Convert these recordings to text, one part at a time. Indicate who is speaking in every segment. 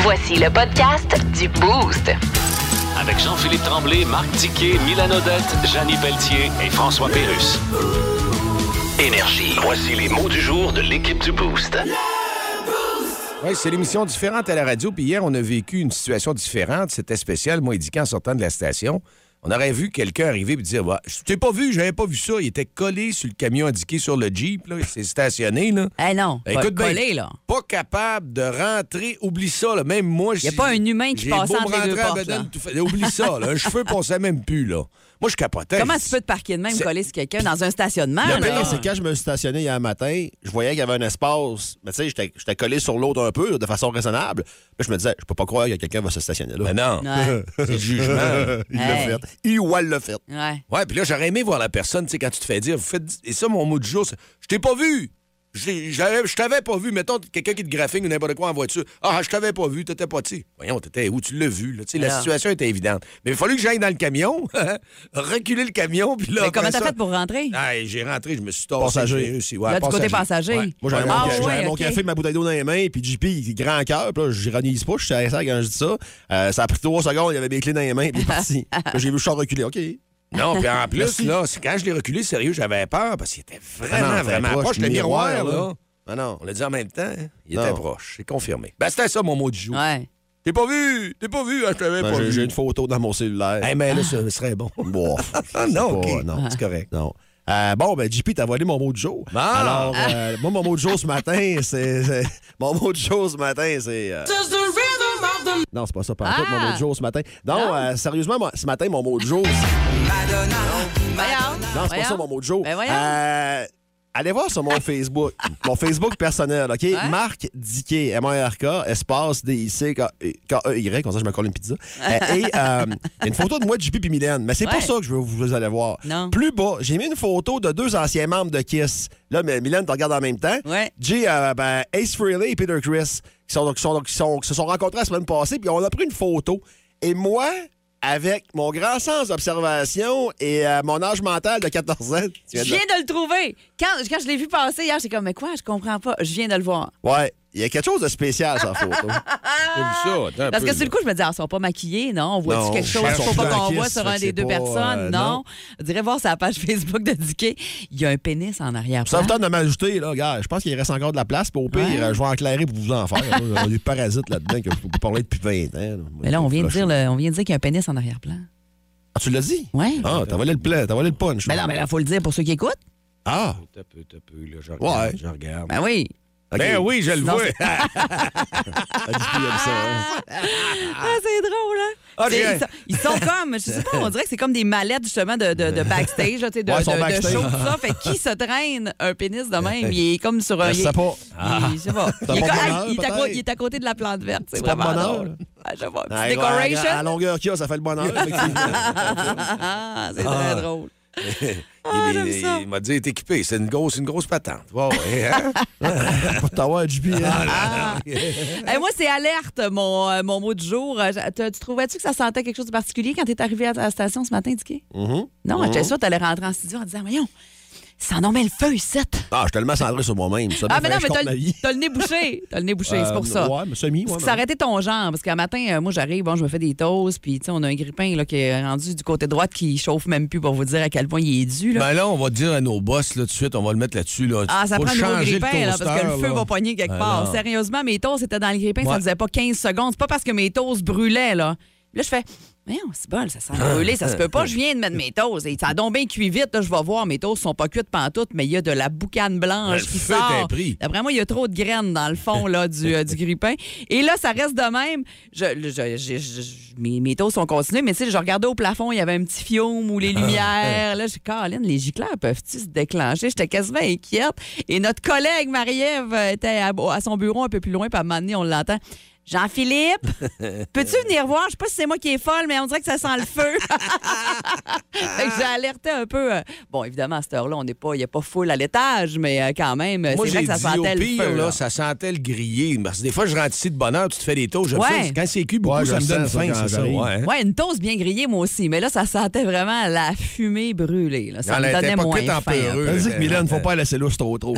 Speaker 1: Voici le podcast du Boost.
Speaker 2: Avec Jean-Philippe Tremblay, Marc Tiquet, Milan Odette, Janine Pelletier et François Pérus. Énergie. Voici les mots du jour de l'équipe du Boost.
Speaker 3: Oui, c'est l'émission différente à la radio. Puis hier, on a vécu une situation différente. C'était spécial. Moi, indiqué en sortant de la station, on aurait vu quelqu'un arriver et dire Ouais, Je t'ai pas vu, j'avais pas vu ça. Il était collé sur le camion indiqué sur le Jeep. Là. Il s'est stationné. Là.
Speaker 4: Eh non,
Speaker 3: Ben,
Speaker 4: pas
Speaker 3: écoute bien,
Speaker 4: collé, là.
Speaker 3: Pas capable de rentrer. Oublie ça. Là. Même moi,
Speaker 4: Y a pas un humain qui
Speaker 3: j'ai
Speaker 4: passe
Speaker 3: beau me
Speaker 4: entre les
Speaker 3: rentrer
Speaker 4: deux
Speaker 3: à
Speaker 4: portes,
Speaker 3: bedaine,
Speaker 4: là.
Speaker 3: tout fait- Oublie ça. Là. Un cheveu pensait même plus. là. Moi, je capotais.
Speaker 4: Comment tu peux te parquer de même
Speaker 3: C'est-
Speaker 4: coller sur quelqu'un dans un stationnement?
Speaker 5: Le
Speaker 4: là?
Speaker 5: pire, c'est quand je me suis stationné hier matin, je voyais qu'il y avait un espace. Mais tu sais, j'étais- j'étais collé sur l'autre un peu, de façon raisonnable. Puis je me disais, je peux pas croire que quelqu'un va se stationner là.
Speaker 3: Ben non,
Speaker 4: Ouais.
Speaker 3: c'est le jugement.
Speaker 5: Il
Speaker 4: Hey.
Speaker 5: l'a fait. Il ou elle l'a fait.
Speaker 4: Ouais.
Speaker 3: Ouais, puis là, j'aurais aimé voir la personne, tu sais, quand tu te fais dire, vous faites. Et ça, mon mot du jour, c'est Je t'ai pas vu! Je l'ai- j'avais- je t'avais pas vu. Mettons, quelqu'un qui te graphine ou n'importe quoi en voiture. Ah, je t'avais pas vu, t'étais pas petit. Voyons, t'étais où? Tu l'as vu, là. Tu sais, la
Speaker 4: Alors.
Speaker 3: situation était évidente. Mais il a fallu que j'aille dans le camion, reculer le camion, puis là.
Speaker 4: Mais comment
Speaker 3: après ça-
Speaker 4: t'as fait pour rentrer?
Speaker 3: Ah, j'ai rentré, je me suis tassé.
Speaker 5: Passager.
Speaker 3: j'ai réussi. Ouais,
Speaker 4: Là, du côté passager.
Speaker 3: Ouais.
Speaker 5: Moi, j'avais mon,
Speaker 4: Ah,
Speaker 5: ca-
Speaker 4: ouais,
Speaker 5: j'avais mon
Speaker 4: ok.
Speaker 5: café, ma bouteille d'eau dans les mains, puis JP, il est grand cœur. Puis là, j'ironise pas, je suis à ça quand je dis ça. Euh, ça a pris trois secondes, il avait mes clés dans les mains, puis il est parti. Puis j'ai vu le char reculer. OK.
Speaker 3: Non, puis en plus,
Speaker 5: Merci.
Speaker 3: là, Ah, c'est- quand je l'ai reculé, sérieux, j'avais peur parce qu'il était
Speaker 5: Ah
Speaker 3: vraiment,
Speaker 5: non,
Speaker 3: vraiment proche. Le miroir, là.
Speaker 5: Ah non.
Speaker 3: On l'a dit en même temps, hein, il
Speaker 5: Non.
Speaker 3: était proche. C'est confirmé. Ben, c'était ça, mon mot du jour.
Speaker 4: Ouais.
Speaker 3: T'es pas vu! T'es pas vu! Ah, je t'avais
Speaker 5: Ben,
Speaker 3: pas
Speaker 5: j'ai-
Speaker 3: vu!
Speaker 5: J'ai une photo dans mon cellulaire. Ah.
Speaker 3: Eh, mais là, ce serait bon.
Speaker 5: Bon,
Speaker 3: Ah non,
Speaker 5: je sais
Speaker 3: ok.
Speaker 5: pas, non.
Speaker 3: C'est correct.
Speaker 5: Non. Euh, bon, ben, JP, t'as volé mon mot de jour.
Speaker 3: Ah!
Speaker 5: Alors, euh, moi, mon mot de jour ce matin, c'est. c'est- Mon mot de jour ce matin, c'est. euh, Non, c'est pas ça, pas tout, mon mot de jour ce matin. Non, euh, sérieusement, moi, ce matin, mon mot de jour. c'est-
Speaker 4: Voyons.
Speaker 5: Non, c'est pas
Speaker 4: Voyons.
Speaker 5: ça, mon mot de jour.
Speaker 4: Ben, voyons.
Speaker 5: Euh, Allez voir sur mon Facebook, mon Facebook personnel, OK? Marc Diquet, M-A-R-K, espace E, D-I-C-K-E-Y, comme ça je me colle une pizza. Euh, et euh, il y a une photo de moi, de JP puis Mylène, mais c'est pas
Speaker 4: Ouais.
Speaker 5: ça que je veux vous aller voir.
Speaker 4: Non.
Speaker 5: Plus bas, j'ai mis une photo de deux anciens membres de Kiss. Là, mais Mylène, tu regardes en même temps.
Speaker 4: Ouais.
Speaker 5: J'ai euh, ben, Ace Frehley et Peter Chris, qui, sont, qui, sont- qui sont- qui se sont rencontrés la semaine passée, puis on a pris une photo. Et moi, avec mon grand sens d'observation et euh, mon âge mental de 14 ans, tu viens de-
Speaker 4: Je viens de le trouver. Quand, quand je l'ai vu passer hier, j'étais comme, mais quoi, je comprends pas. Je viens de le voir.
Speaker 5: Ouais, il y a quelque chose de spécial, sa photo.
Speaker 3: ça. attends un
Speaker 4: Parce
Speaker 3: peu,
Speaker 4: que sur le coup, je me dis, ah, ils sont pas maquillés, non? On voit-tu
Speaker 5: Non,
Speaker 4: quelque chose
Speaker 5: elles
Speaker 4: faut
Speaker 5: sont
Speaker 4: pas
Speaker 5: pas
Speaker 4: qu'on
Speaker 5: maquillées,
Speaker 4: voit
Speaker 5: ça
Speaker 4: sur
Speaker 5: fait
Speaker 4: un
Speaker 5: que
Speaker 4: des
Speaker 5: c'est
Speaker 4: deux
Speaker 5: pas,
Speaker 4: personnes?
Speaker 5: euh,
Speaker 4: non.
Speaker 5: non.
Speaker 4: Je dirais voir sa page Facebook de Dicky. Il y a un pénis en
Speaker 5: Ça
Speaker 4: arrière-plan.
Speaker 5: me tente de m'ajouter, là, gars. Je pense qu'il reste encore de la place. Pour au pire,
Speaker 4: Hein? Ouais.
Speaker 5: euh, je vais en clairer pour vous en faire. là. Il y a des parasites là-dedans que vous parlez depuis 20 ans.
Speaker 4: Mais là, on vient, de dire
Speaker 5: Flushé.
Speaker 4: le- on vient de dire qu'il y a un pénis en arrière-plan.
Speaker 5: Ah, tu l'as dit?
Speaker 4: Ouais.
Speaker 5: Ah, t'as volé le plan, t'as volé le punch.
Speaker 4: Mais là, mais là, faut le dire pour ceux qui écoutent.
Speaker 5: Ah,
Speaker 3: T'as peu, t'as peu, là. Je regarde.
Speaker 5: Ouais.
Speaker 3: Je regarde.
Speaker 4: Ben oui.
Speaker 5: ok.
Speaker 3: Ben oui, je le
Speaker 4: Non,
Speaker 3: vois.
Speaker 5: Ah, JP aime ça, hein.
Speaker 4: Ah, c'est drôle, hein?
Speaker 3: Ah,
Speaker 4: C'est-
Speaker 3: j'ai-
Speaker 4: ils, sont, ils sont comme, je sais pas, on dirait que c'est comme des mallettes, justement, de, de, de backstage, là, tu sais, de,
Speaker 5: Ouais, ils
Speaker 4: de,
Speaker 5: sont
Speaker 4: de
Speaker 5: backstage.
Speaker 4: show, tout ça. Fait que qui se traîne un pénis de même? Il est comme sur un.
Speaker 5: Je sais pas.
Speaker 4: Il, je sais pas.
Speaker 5: un
Speaker 4: Il
Speaker 5: bon
Speaker 4: est comme-
Speaker 5: bonheur,
Speaker 4: il est à
Speaker 5: peut-être?
Speaker 4: co- il est à côté de la plante verte. C'est
Speaker 5: C'est pas de
Speaker 4: vraiment
Speaker 5: bonheur.
Speaker 4: drôle. Ah, je sais pas.
Speaker 5: Ah,
Speaker 4: Petite decoration.
Speaker 5: À, à longueur qu'il y a, ça fait le bonheur.
Speaker 4: Ah, c'est très drôle. Ah,
Speaker 3: il il- il m'a dit, t'es équipé. C'est une grosse, une grosse patente. Ouais, ouais, hein?
Speaker 5: pour t'avoir, JP. hein.
Speaker 4: Eh, moi, c'est alerte, mon, euh, mon mot du jour. Euh, j'a- t'as- Tu trouvais-tu que ça sentait quelque chose de particulier quand tu es arrivé à la station ce matin, Dicky?
Speaker 5: Mm-hmm.
Speaker 4: Non, j'étais sûre que tu allais rentrer en studio en disant, voyons, ça en met le feu ici.
Speaker 5: Ah, je suis tellement centré sur moi-même. Ça
Speaker 4: Ah,
Speaker 5: me
Speaker 4: mais
Speaker 5: fait
Speaker 4: non,
Speaker 5: que
Speaker 4: mais
Speaker 5: je
Speaker 4: t'as
Speaker 5: compte ma vie.
Speaker 4: le- t'as le nez bouché. T'as le nez bouché, c'est pour
Speaker 5: Euh,
Speaker 4: ça.
Speaker 5: Ouais, mais semi,
Speaker 4: Parce
Speaker 5: ouais.
Speaker 4: que ça arrêtait ton genre. Parce qu'un matin, euh, moi, j'arrive, bon, je me fais des toasts, puis, tu sais, on a un grippin là, qui est rendu du côté droit qui chauffe même plus pour vous dire à quel point il est dû. Là.
Speaker 3: Ben là, on va dire à nos boss, là, tout de suite, on va le mettre là-dessus. Là.
Speaker 4: Ah, ça
Speaker 3: Faut
Speaker 4: prend le nouveau
Speaker 3: changer
Speaker 4: grippin, là, parce que le
Speaker 3: toaster,
Speaker 4: feu
Speaker 3: là.
Speaker 4: va pogner quelque
Speaker 5: Ben
Speaker 3: Ah,
Speaker 4: part.
Speaker 3: non.
Speaker 4: Sérieusement, mes toasts étaient dans le grippin, ça
Speaker 3: Ouais.
Speaker 4: ne faisait pas 15 secondes. C'est pas parce que mes toasts brûlaient, là. Là, je fais, mais c'est bol, ça sent brûlé, ça se peut pas, je viens de mettre mes toasts. Et ça a donc bien cuit vite, là, je vais voir, mes toasts sont pas cuites pantoute, mais il y a de la boucane
Speaker 3: Ben,
Speaker 4: blanche
Speaker 3: le
Speaker 4: qui
Speaker 3: feu
Speaker 4: sort.
Speaker 3: était pris.
Speaker 4: D'après moi, il y a trop de graines dans le fond, là, du, euh, du grippin. Et là, ça reste de même. Je, le- je- je- je- je- mes, mes toasts sont continués, mais tu sais, je regardais au plafond, il y avait un petit fiume ou les lumières. Là, je suis Caroline, les gicleurs peuvent-ils se déclencher? J'étais quasiment inquiète. Et notre collègue Marie-Ève euh, était à, à son bureau un peu plus loin, puis à un moment donné, on l'entend. Jean-Philippe, peux-tu venir voir? Je sais pas si c'est moi qui est folle, mais on dirait que ça sent le feu. fait que j'ai alerté un peu. euh, Bon, évidemment, à cette heure-là, on n'est pas, il n'y a pas full à l'étage, mais euh, quand même,
Speaker 3: Moi,
Speaker 4: c'est vrai
Speaker 3: j'ai
Speaker 4: que ça
Speaker 3: dit au
Speaker 4: sentait le
Speaker 3: pire,
Speaker 4: feu.
Speaker 3: là,
Speaker 4: là.
Speaker 3: ça sentait le grillé. Parce que des fois, je rentre ici de bonne heure, tu te fais des toasts. j'aime
Speaker 4: Ouais.
Speaker 3: ça. Quand c'est cuit, beaucoup,
Speaker 5: Ouais,
Speaker 3: ça
Speaker 5: je
Speaker 3: me donne
Speaker 5: sens ça
Speaker 3: faim,
Speaker 5: quand
Speaker 3: c'est ça.
Speaker 5: j'arrive.
Speaker 3: ouais, hein?
Speaker 4: Ouais, une toast bien grillée, moi aussi. Mais là, ça sentait vraiment la fumée brûlée. Là. Ça
Speaker 3: Non,
Speaker 4: me
Speaker 3: elle était
Speaker 4: donnait
Speaker 3: pas
Speaker 4: moins
Speaker 3: cuite en
Speaker 4: faim. Ah.
Speaker 3: peureux.
Speaker 5: Elle dit que Mylène, faut pas la hein, laisser lousse trop trop.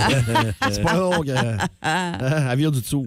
Speaker 5: c'est pas long, euh, euh, à vire du dessous.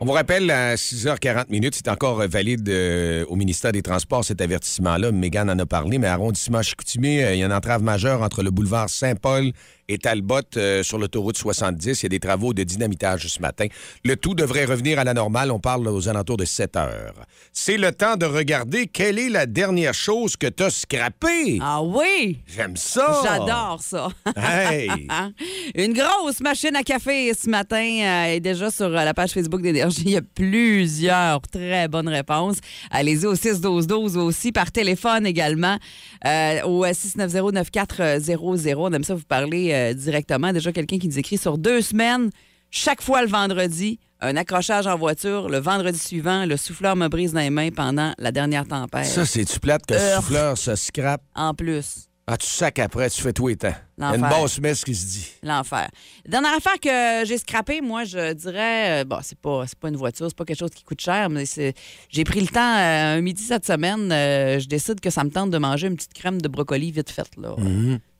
Speaker 3: On vous rappelle, à 6h40 minutes, c'est encore euh, valide euh, au ministère des Transports, cet avertissement-là. Mégane en a parlé, mais arrondissement Chicoutimi, euh, il y a une entrave majeure entre le boulevard Saint-Paul et Talbot euh, sur l'autoroute 70. Il y a des travaux de dynamitage ce matin. Le tout devrait revenir à la normale. On parle aux alentours de 7 heures. C'est le temps de regarder quelle est la dernière chose que t'as scrappée.
Speaker 4: Ah oui!
Speaker 3: J'aime ça!
Speaker 4: J'adore ça.
Speaker 3: Hey!
Speaker 4: Hein? Une grosse machine à café ce matin euh, est déjà sur euh, la page Facebook d'Énergie. Il y a plusieurs très bonnes réponses. Allez-y au 6-12-12 aussi, par téléphone également, euh, au 690-9400. On aime ça vous parler euh, directement. Déjà quelqu'un qui nous écrit sur deux semaines, chaque fois le vendredi, un accrochage en voiture. Le vendredi suivant, le souffleur me brise dans les mains pendant la dernière tempête. Euh,
Speaker 3: Ça, c'est-tu plate que le
Speaker 4: Urgh.
Speaker 3: souffleur se scrape?
Speaker 4: en plus.
Speaker 3: Ah, tu sacs après, tu fais tout les temps. Il y a une
Speaker 4: L'enfer.
Speaker 3: basse messe qui se dit.
Speaker 4: L'enfer. Dernière affaire que j'ai scrappée, moi, je dirais, euh, bon, c'est pas, c'est pas une voiture, c'est pas quelque chose qui coûte cher, mais c'est, j'ai pris le temps, euh, un midi cette semaine, euh, je décide que ça me tente de manger une petite crème de brocoli vite faite, là.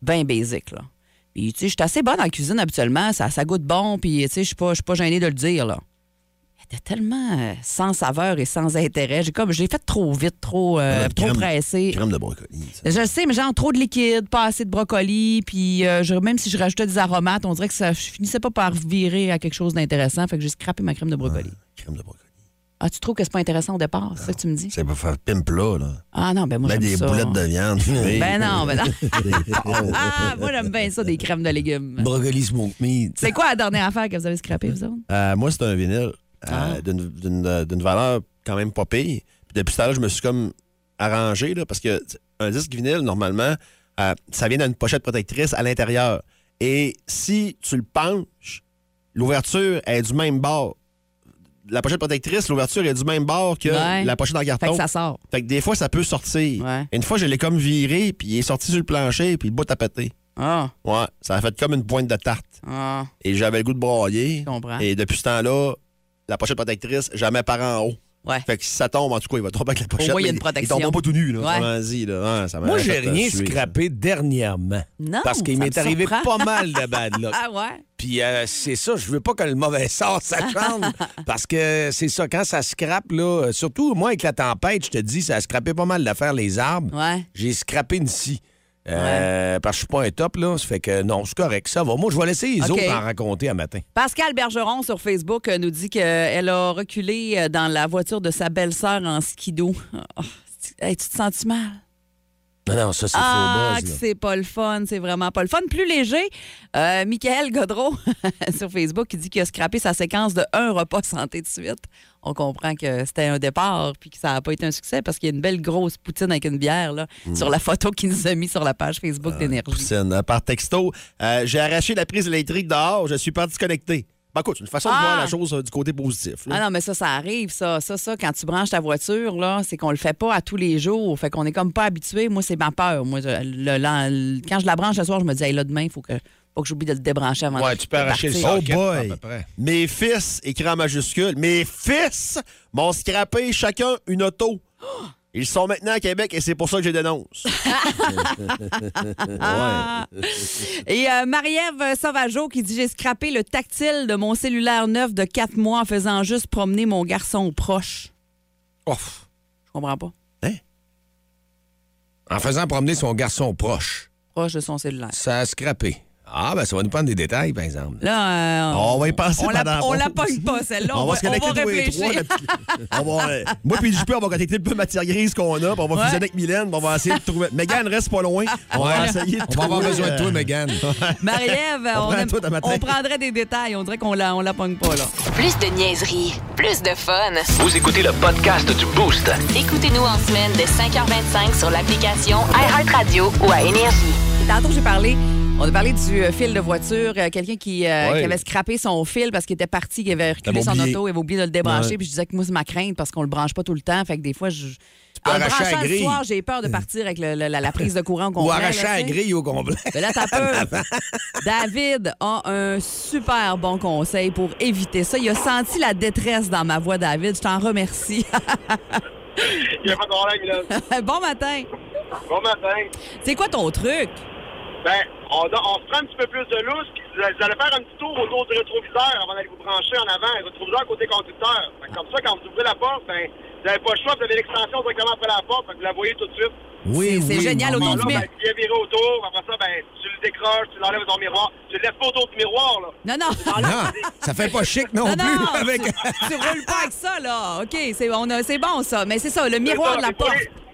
Speaker 4: Ben basic, là. Puis, tu sais, je suis assez bonne en cuisine habituellement, ça, ça goûte bon, puis, tu sais, je suis pas, je suis pas gênée de le dire, là. Elle était tellement euh, sans saveur et sans intérêt. J'ai comme, j'ai fait trop vite, trop, euh,
Speaker 5: Ouais,
Speaker 4: trop
Speaker 5: Ah, crème-
Speaker 4: pressé.
Speaker 5: Crème de brocoli. ça.
Speaker 4: Je le sais, mais genre trop de liquide, pas assez de brocoli, puis euh, je- même si je rajoutais des aromates, on dirait que ça je finissais pas par virer à quelque chose d'intéressant, fait que j'ai scrappé ma crème de brocoli.
Speaker 5: Crème de brocoli.
Speaker 4: Ah, tu trouves que c'est pas intéressant au départ, c'est ça que tu me dis?
Speaker 5: C'est pour faire pimp là, là.
Speaker 4: Ah non, ben moi
Speaker 5: Mettre
Speaker 4: j'aime
Speaker 5: des
Speaker 4: ça.
Speaker 5: boulettes de viande. fumées.
Speaker 4: Ben non, ben non. ah, moi j'aime bien ça, des crèmes de légumes.
Speaker 5: Brocoli smoked meat.
Speaker 4: C'est quoi la dernière affaire que vous avez scrappée, vous autres?
Speaker 5: Euh, moi, c'est un vinyle euh,
Speaker 4: Ah.
Speaker 5: d'une- d'une euh, d'une valeur quand même pas pire. Puis depuis tout à l'heure, je me suis comme arrangé, là, parce que t- un disque vinyle, normalement, euh, ça vient d'une pochette protectrice à l'intérieur. Et si tu le penches, l'ouverture est du même bord. La pochette protectrice, l'ouverture est du même bord que
Speaker 4: Ouais.
Speaker 5: la pochette en
Speaker 4: Fait que
Speaker 5: carton.
Speaker 4: ça sort.
Speaker 5: Fait que des fois, ça peut sortir.
Speaker 4: Ouais.
Speaker 5: Une fois, je l'ai comme viré, puis il est sorti sur le plancher, puis le bout a pété.
Speaker 4: Ah,
Speaker 5: Ouais, ça a fait comme une pointe de tarte.
Speaker 4: ah,
Speaker 5: Et j'avais le goût de broyer.
Speaker 4: je comprends.
Speaker 5: Et depuis ce temps-là, la pochette protectrice, jamais par en haut.
Speaker 4: Ouais.
Speaker 5: Fait que si ça tombe, en tout cas, il va tomber avec la pochette.
Speaker 4: moins, il y a
Speaker 5: mais
Speaker 4: une protection.
Speaker 5: Il tombe pas tout nu, là.
Speaker 4: Ouais.
Speaker 5: Vraiment-y, là. Ouais, ça
Speaker 3: Moi,
Speaker 5: m'avait
Speaker 3: j'ai
Speaker 5: fait
Speaker 3: rien
Speaker 5: suer, ça.
Speaker 3: scrappé dernièrement.
Speaker 4: Non,
Speaker 3: parce qu'il
Speaker 4: ça
Speaker 3: m'est
Speaker 4: me
Speaker 3: arrivé
Speaker 4: surprend.
Speaker 3: pas mal de bad luck.
Speaker 4: Ah ouais?
Speaker 3: Puis euh, c'est ça, je veux pas que le mauvais sort s'attende. parce que c'est ça, quand ça scrape, là, euh, surtout moi avec la tempête, je te dis, ça a scrappé pas mal d'affaires, les arbres.
Speaker 4: Ouais.
Speaker 3: J'ai scrappé une scie. Euh, Parce que je suis pas un top, là. Ça fait que non, c'est correct, ça va. Moi, je vais laisser les
Speaker 4: OK.
Speaker 3: autres en raconter à matin.
Speaker 4: Pascal Bergeron sur Facebook euh, nous dit qu'elle a reculé euh, dans la voiture de sa belle-sœur en skido. Oh, c'est- hey, tu te sens-tu mal?
Speaker 3: Non, non, ça, c'est
Speaker 4: Ah,
Speaker 3: faux
Speaker 4: que
Speaker 3: buzz, là.
Speaker 4: c'est pas le fun, c'est vraiment pas le fun. Plus léger, euh, Michael Godreau sur Facebook qui dit qu'il a scrappé sa séquence de un repas santé de suite. On comprend que c'était un départ puis que ça n'a pas été un succès parce qu'il y a une belle grosse poutine avec une bière là,
Speaker 3: Mm.
Speaker 4: sur la photo qu'il nous a mis sur la page Facebook
Speaker 3: Ah,
Speaker 4: d'Énergie.
Speaker 5: Poutine, euh, par texto, euh, j'ai arraché la prise électrique dehors, je suis parti connecté. Ben, écoute, c'est une façon de
Speaker 4: Ah!
Speaker 5: voir la chose euh, du côté positif. là.
Speaker 4: Ah non, mais ça, ça arrive, ça. Ça, ça, quand tu branches ta voiture, là, c'est qu'on le fait pas à tous les jours. Fait qu'on est comme pas habitué. Moi, c'est ma peur. Moi, je- le- l'en- le- quand je la branche le soir, je me dis, hey, là, demain, il faut que, faut que j'oublie de le débrancher avant
Speaker 3: Ouais,
Speaker 4: de
Speaker 3: tu peux
Speaker 4: de
Speaker 3: arracher le
Speaker 4: partir.
Speaker 5: Oh
Speaker 3: socket,
Speaker 5: boy!
Speaker 3: à peu près.
Speaker 5: Mes fils, écrit en majuscule, mes fils m'ont scrappé chacun une auto. Ils sont maintenant à Québec et c'est pour ça que je les dénonce. ouais.
Speaker 4: Et euh, Marie-Ève Sauvageau qui dit J'ai scrappé le tactile de mon cellulaire neuf de 4 mois en faisant juste promener mon garçon proche.
Speaker 3: Ouf.
Speaker 4: Je comprends pas.
Speaker 3: En faisant promener son garçon proche,
Speaker 4: Proche de son cellulaire.
Speaker 3: ça a scrappé. Ah, ben ça va nous prendre des détails, par exemple.
Speaker 4: Là, euh,
Speaker 5: On va y passer
Speaker 4: on la,
Speaker 5: pendant la
Speaker 4: on la
Speaker 5: pause.
Speaker 4: pogne pas, celle-là.
Speaker 5: On, va se connecter tous les
Speaker 4: réfléchir.
Speaker 5: trois. le petit- on va, euh, moi puis le JP, on va connecter le peu de matière grise qu'on a, puis on va
Speaker 4: Ouais.
Speaker 5: fusionner avec Mylène, puis on va essayer de trouver. Megan reste pas loin.
Speaker 4: Ah,
Speaker 5: On va
Speaker 3: Ouais.
Speaker 5: essayer de
Speaker 3: On va avoir
Speaker 5: trouver,
Speaker 3: besoin de toi,
Speaker 5: euh,
Speaker 3: Megan.
Speaker 4: Marie-Ève,
Speaker 5: On
Speaker 4: on,
Speaker 5: prend
Speaker 4: aime-
Speaker 5: tout à matin.
Speaker 4: on prendrait des détails. On dirait qu'on la, on la pogne pas, là.
Speaker 1: Plus de niaiserie, plus de fun.
Speaker 2: Vous écoutez le podcast du Boost.
Speaker 1: Écoutez-nous en semaine de 5h25 sur l'application iHeartRadio ou à Énergie.
Speaker 4: Tantôt, j'ai parlé. On a parlé du euh, fil de voiture. Euh, Quelqu'un qui, euh,
Speaker 5: Ouais.
Speaker 4: qui avait scrappé son fil parce qu'il était parti, qu'il avait reculé
Speaker 5: T'avais
Speaker 4: son
Speaker 5: oublié.
Speaker 4: auto, il avait oublié de le débrancher.
Speaker 5: Ouais.
Speaker 4: Puis je disais que moi, c'est ma crainte parce qu'on le branche pas tout le temps. Fait que des fois, je. Tu
Speaker 3: Arraché à
Speaker 4: branchant le
Speaker 3: grille.
Speaker 4: soir, j'ai peur de partir avec le- le- la, la prise de courant qu'on
Speaker 3: Ou
Speaker 4: a, là,
Speaker 3: arraché
Speaker 4: tu
Speaker 3: à
Speaker 4: sais.
Speaker 3: grille au complet.
Speaker 4: Mais là, t'as peur. David a un super bon conseil pour éviter ça. Il a senti la détresse dans ma voix, David. Je t'en remercie.
Speaker 6: Il n'y a pas de problème, là.
Speaker 4: bon matin.
Speaker 6: Bon matin.
Speaker 4: C'est quoi ton truc?
Speaker 6: Ben, on, do- on se prend un petit peu plus de lousse, puis vous allez vous allez faire un petit tour autour du rétroviseur avant d'aller vous brancher en avant, le rétroviseur côté conducteur. Fait que comme ça, quand vous ouvrez la porte, ben, vous n'avez pas le choix, vous avez l'extension directement après la porte, fait que vous la voyez tout de suite.
Speaker 3: Oui,
Speaker 4: c'est génial,
Speaker 3: mon
Speaker 4: autour
Speaker 6: Là,
Speaker 3: Dieu.
Speaker 4: du
Speaker 6: ben, tu viens virer autour, après ça, ben, tu le décroches, tu l'enlèves dans ton miroir, tu le laisses pas autour du miroir, là.
Speaker 4: Non, non.
Speaker 3: Non, ça fait pas chic non,
Speaker 4: Non,
Speaker 3: plus.
Speaker 4: non,
Speaker 3: avec...
Speaker 4: tu, tu roules pas avec ça, là. OK, c'est on a- c'est bon, ça. Mais c'est ça, le miroir de
Speaker 6: Euh,
Speaker 4: la
Speaker 6: Mais pour
Speaker 4: porte.
Speaker 6: les-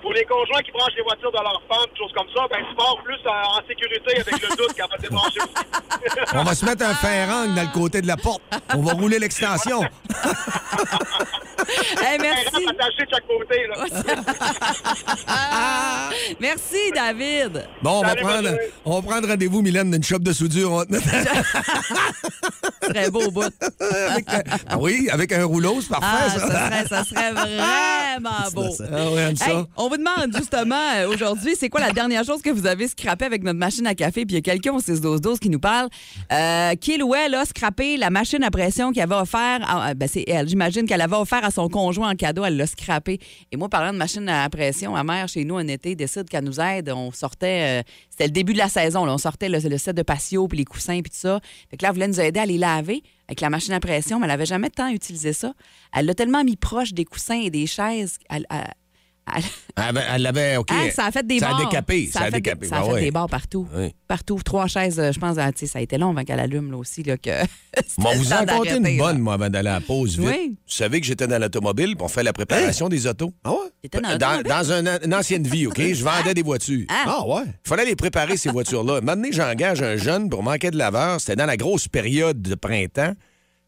Speaker 6: Pour les conjoints qui branchent les voitures dans leur femme, choses comme ça, ben, sport plus euh, en sécurité avec le doute qu'à pas débrancher aussi.
Speaker 3: On va se mettre un ferrangle dans le côté de la porte. On va rouler l'extension.
Speaker 4: Eh,
Speaker 6: Un
Speaker 4: merci.
Speaker 6: rap attaché de chaque côté, là.
Speaker 4: Merci, David.
Speaker 3: Bon, on va
Speaker 6: Salut, bonne
Speaker 3: prendre,
Speaker 6: journée.
Speaker 3: on va prendre rendez-vous, Mylène, d'une shop de soudure. On va te mettre
Speaker 4: Très beau bout.
Speaker 3: avec, euh, ah oui, avec un rouleau, c'est
Speaker 4: Ah,
Speaker 3: parfait,
Speaker 4: ça
Speaker 3: ça.
Speaker 4: serait, ça serait vraiment beau.
Speaker 3: Ah, ouais, aime ça.
Speaker 4: Hey, on vous demande justement euh, aujourd'hui, c'est quoi la dernière chose que vous avez scrappée avec notre machine à café? Puis il y a quelqu'un au 6-12-12 qui nous parle. Euh, qu'il ou elle a scrappé la machine à pression qu'elle avait offert. à- ben, c'est elle, j'imagine qu'elle avait offert à son conjoint en cadeau. Elle l'a scrappé. Et moi, parlant de machine à pression, ma mère, chez nous, un été, décide qu'elle nous aide. On sortait, euh, c'était le début de la saison. là. on sortait le, le set de patio, puis les coussins, puis tout ça. Fait que là, elle voulait nous aider à les laver avec la machine à pression, mais elle n'avait jamais tant utilisé ça. Elle l'a tellement mis proche des coussins et des chaises. Elle- elle- elle-
Speaker 3: Ah, ben, elle l'avait, OK.
Speaker 4: ah, ça a fait des
Speaker 3: Ça a
Speaker 4: barres.
Speaker 3: décapé, ça a
Speaker 4: fait des-
Speaker 3: décapé,
Speaker 4: Ça a
Speaker 3: ben
Speaker 4: fait
Speaker 3: ouais.
Speaker 4: des barres partout.
Speaker 3: Oui.
Speaker 4: Partout. Trois chaises, euh, je pense, ah, tu sais, ça a été long avant qu'elle allume là aussi. Là, que
Speaker 3: Bon, on vous en
Speaker 4: raconter
Speaker 3: compter une bonne, moi, avant d'aller à la pause, vite.
Speaker 4: Oui.
Speaker 3: Vous savez que j'étais dans l'automobile, puis on fait la préparation des autos.
Speaker 5: Ah ouais?
Speaker 4: T'étais dans
Speaker 3: dans,
Speaker 4: l'automobile?
Speaker 3: dans un an- une ancienne vie, OK? Je vendais des voitures.
Speaker 4: Ah.
Speaker 5: Ah ouais?
Speaker 3: Il fallait les préparer, ces voitures-là. Maintenant, j'engage un jeune pour manquer de laveur. C'était dans la grosse période de printemps.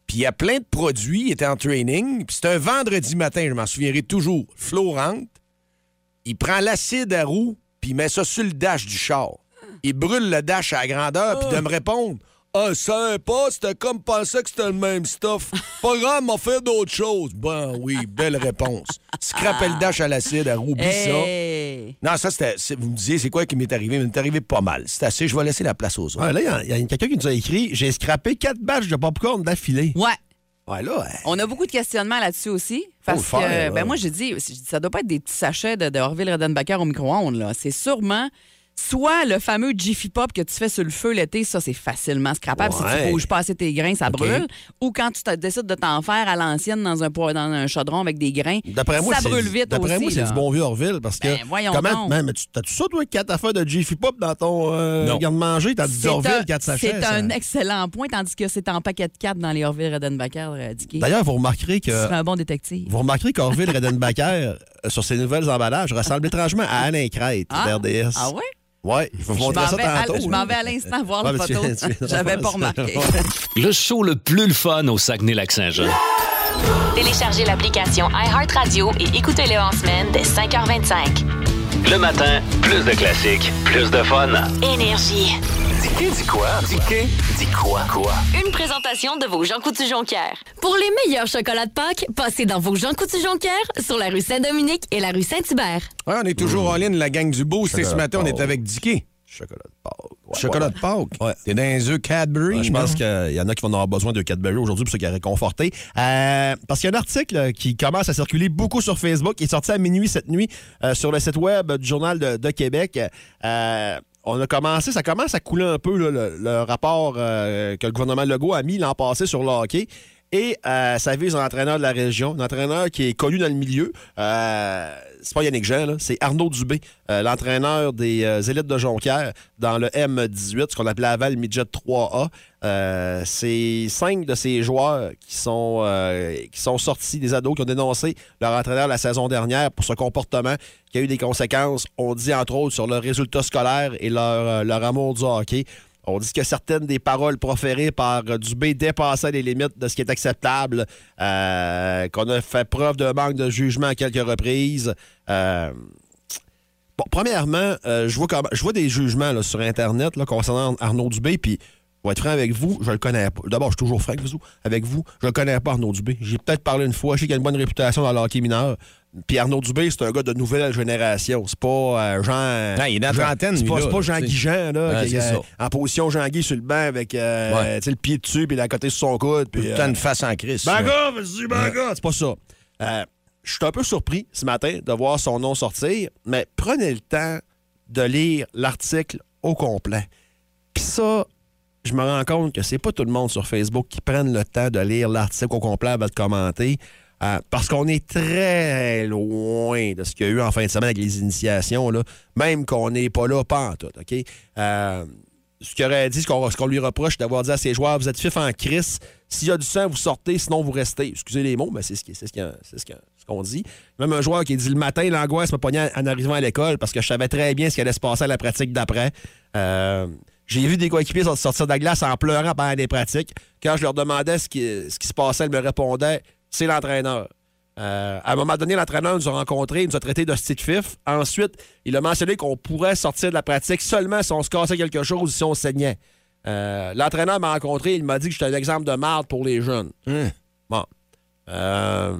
Speaker 3: Puis il y a plein de produits. Il était en training. Puis c'était un vendredi matin, je m'en souviendrai toujours. Flo rentre. Il prend l'acide à roue, puis il met ça sur le dash du char. Il brûle le dash à la grandeur, puis de me répondre Ah, c'est pas, c'était comme penser que c'était le même stuff. Pas grave, m'a fait d'autres choses. Ben oui, belle réponse. Scrapper le dash à l'acide à roue, oublie ça.
Speaker 4: Oh, Hey!
Speaker 3: Non, ça, c'était. c'est- Vous me disiez, c'est quoi qui m'est arrivé? Mais m'est arrivé pas mal. C'est assez. Je vais laisser la place aux autres.
Speaker 5: Ouais, là, il y a, y a quelqu'un qui nous a écrit J'ai scrappé quatre batchs de popcorn d'affilée.
Speaker 4: Ouais.
Speaker 5: Ouais, là, ouais.
Speaker 4: On a beaucoup de questionnements là-dessus
Speaker 3: Oh,
Speaker 4: aussi.
Speaker 5: Faut
Speaker 4: Parce
Speaker 5: le faire,
Speaker 4: que,
Speaker 5: ouais.
Speaker 4: ben moi, j'ai dit, j'ai dit, ça doit pas être des petits sachets de, de Orville Redenbacher au micro-ondes, là. C'est sûrement soit le fameux Jiffy Pop que tu fais sur le feu l'été, ça, c'est facilement scrapable. Si
Speaker 5: Ouais.
Speaker 4: tu bouges pas assez tes grains, ça brûle. Ou quand tu te- décides de t'en faire à l'ancienne dans un, po- dans un chaudron avec des grains,
Speaker 5: D'après moi,
Speaker 4: ça
Speaker 5: c'est-
Speaker 4: brûle vite
Speaker 5: D'après
Speaker 4: aussi.
Speaker 5: moi, c'est
Speaker 4: là.
Speaker 5: du bon vieux Orville parce que.
Speaker 4: Ben, voyons
Speaker 5: comment,
Speaker 4: donc.
Speaker 5: man, mais tu t'as tout ça, toi, quatre affaires de Jiffy Pop dans ton euh,
Speaker 3: Non.
Speaker 5: garde-manger, t'as du
Speaker 4: C'est
Speaker 5: Orville,
Speaker 4: un-
Speaker 5: quatre sachets.
Speaker 4: C'est
Speaker 5: ça.
Speaker 4: un excellent point, tandis que c'est en paquet de 4 dans les Orville Redenbacher, euh, Dicky.
Speaker 5: D'ailleurs, euh, vous remarquerez
Speaker 4: Tu
Speaker 5: que.
Speaker 4: serais un bon détective.
Speaker 5: Vous remarquerez qu'Orville Redenbacher, euh, sur ses nouvelles emballages, ressemble étrangement à Alain Crête
Speaker 4: Ah,
Speaker 5: d'RDS.
Speaker 4: ah ouais?
Speaker 5: Ouais, il faut vous
Speaker 4: Je
Speaker 5: montrer
Speaker 4: m'en
Speaker 5: ça
Speaker 4: vais, à-
Speaker 5: tantôt.
Speaker 4: je m'en vais à l'instant voir
Speaker 5: Ouais,
Speaker 4: la
Speaker 5: mais tu
Speaker 4: photo.
Speaker 5: viens- tu viens de
Speaker 4: J'avais pas
Speaker 5: voir ça.
Speaker 4: remarqué.
Speaker 2: Le show le plus le fun au Saguenay-Lac-Saint-Jean.
Speaker 1: Téléchargez l'application iHeartRadio et écoutez-le en semaine dès 5h25.
Speaker 2: Le matin, plus de classiques, plus de fun.
Speaker 1: Énergie.
Speaker 2: Dis quoi? Dis quoi? Quoi?
Speaker 1: Une présentation de vos Jean Coutu Jonquière.
Speaker 7: Pour les meilleurs chocolats de Pâques, passez dans vos Jean Coutu Jonquière sur la rue Saint-Dominique et la rue Saint-Hubert.
Speaker 3: Ouais, on est toujours en ligne, la gang du beau. C'est ce
Speaker 5: Chocolat
Speaker 3: matin, on
Speaker 5: de
Speaker 3: est
Speaker 5: Pâques.
Speaker 3: avec Dicky.
Speaker 5: Chocolat de Pâques. Ouais,
Speaker 3: Chocolat
Speaker 5: ouais.
Speaker 3: de Pâques.
Speaker 5: Ouais.
Speaker 3: T'es dans les œufs Cadbury.
Speaker 5: Ouais, je pense
Speaker 3: non?
Speaker 5: qu'il y en a qui vont en avoir besoin de Cadbury aujourd'hui pour se réconforter. Euh, parce qu'il y a un article euh, qui commence à circuler beaucoup sur Facebook, qui est sorti à minuit cette nuit euh, sur le site web du Journal de, de Québec. Euh, on a commencé, ça commence à couler un peu là, le, le rapport euh, que le gouvernement Legault a mis l'an passé sur le hockey. Et euh, ça vise un entraîneur de la région, un entraîneur qui est connu dans le milieu. Euh, c'est pas Yannick Jean, là, c'est Arnaud Dubé, euh, l'entraîneur des euh, élites de Jonquière dans le M18, ce qu'on appelait avant le midget 3A. Euh, c'est cinq de ces joueurs qui sont, euh, qui sont sortis, des ados qui ont dénoncé leur entraîneur la saison dernière pour ce comportement qui a eu des conséquences, on dit entre autres, sur leurs résultats scolaires et leur, euh, leur amour du hockey. On dit que certaines des paroles proférées par euh, Dubé dépassaient les limites de ce qui est acceptable, euh, qu'on a fait preuve d'un manque de jugement à quelques reprises. Euh, bon, premièrement, euh, je vois comme- je vois des jugements là, sur Internet là, concernant Arnaud Dubé, puis Je vais être franc avec vous, je le connais pas. D'abord, je suis toujours franc avec vous. Avec vous, je le connais pas, Arnaud Dubé. J'ai peut-être parlé une fois, je sais qu'il a une bonne réputation dans le hockey mineur. Puis Arnaud Dubé, c'est un gars de nouvelle génération. C'est pas euh, Jean.
Speaker 3: Non, il est dans la
Speaker 5: Jean-
Speaker 3: trentaine,
Speaker 5: C'est
Speaker 3: lui,
Speaker 5: pas,
Speaker 3: là,
Speaker 5: c'est pas
Speaker 3: là,
Speaker 5: Jean
Speaker 3: tu sais.
Speaker 5: Guijan, là,
Speaker 3: Ouais,
Speaker 5: qui
Speaker 3: c'est
Speaker 5: est
Speaker 3: ça.
Speaker 5: euh, en position Jean Guy sur le banc avec euh,
Speaker 3: Ouais.
Speaker 5: tu sais, le pied dessus, puis la côté sur son coude. Puis,
Speaker 3: Tout le
Speaker 5: euh,
Speaker 3: temps une face en crise. ça.
Speaker 5: Baga, vas-y, baga! C'est pas ça. Euh, je suis un peu surpris ce matin de voir son nom sortir, mais prenez le temps de lire l'article au complet. Puis ça, je me rends compte que c'est pas tout le monde sur Facebook qui prenne le temps de lire l'article au complet avant de commenter. euh, parce qu'on est très loin de ce qu'il y a eu en fin de semaine avec les initiations, là, même qu'on n'est pas là, pas en tout. OK? Euh, ce qu'il aurait dit, ce qu'on ce qu'on lui reproche, c'est d'avoir dit à ses joueurs Vous êtes fif en crise. S'il y a du sang, vous sortez, sinon vous restez. Excusez les mots, mais c'est ce qui- c'est ce qui- c'est ce qui- ce qu'on dit. Même un joueur qui dit Le matin, l'angoisse m'a pogné en arrivant à l'école parce que je savais très bien ce qui allait se passer à la pratique d'après. Euh, j'ai vu des coéquipiers sort- sortir de la glace en pleurant pendant des pratiques. Quand je leur demandais ce qui, ce qui se passait, ils me répondaient C'est l'entraîneur. Euh, à un moment donné, l'entraîneur nous a rencontrés, il nous a traités de style fif. Ensuite, il a mentionné qu'on pourrait sortir de la pratique seulement si on se cassait quelque chose ou si on saignait. Euh, l'entraîneur m'a rencontré, il m'a dit que j'étais un exemple de marde pour les jeunes. Bon. Euh,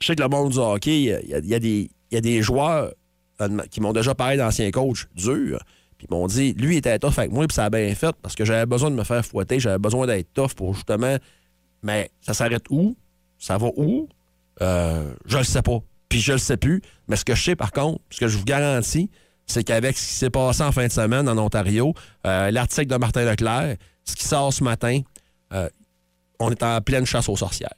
Speaker 5: je sais que le monde du hockey, il y a- il y a, des- il y a des joueurs euh, qui m'ont déjà parlé d'anciens coachs durs. Puis ils m'ont dit, lui, il était tough avec moi, puis ça a bien fait parce que j'avais besoin de me faire fouetter, j'avais besoin d'être tough pour justement. Mais ça s'arrête où? Ça va où? Euh, je le sais pas. Puis je le sais plus. Mais ce que je sais, par contre, ce que je vous garantis, c'est qu'avec ce qui s'est passé en fin de semaine en Ontario, euh, l'article de Martin Leclerc, ce qui sort ce matin, euh, on est en pleine chasse aux sorcières.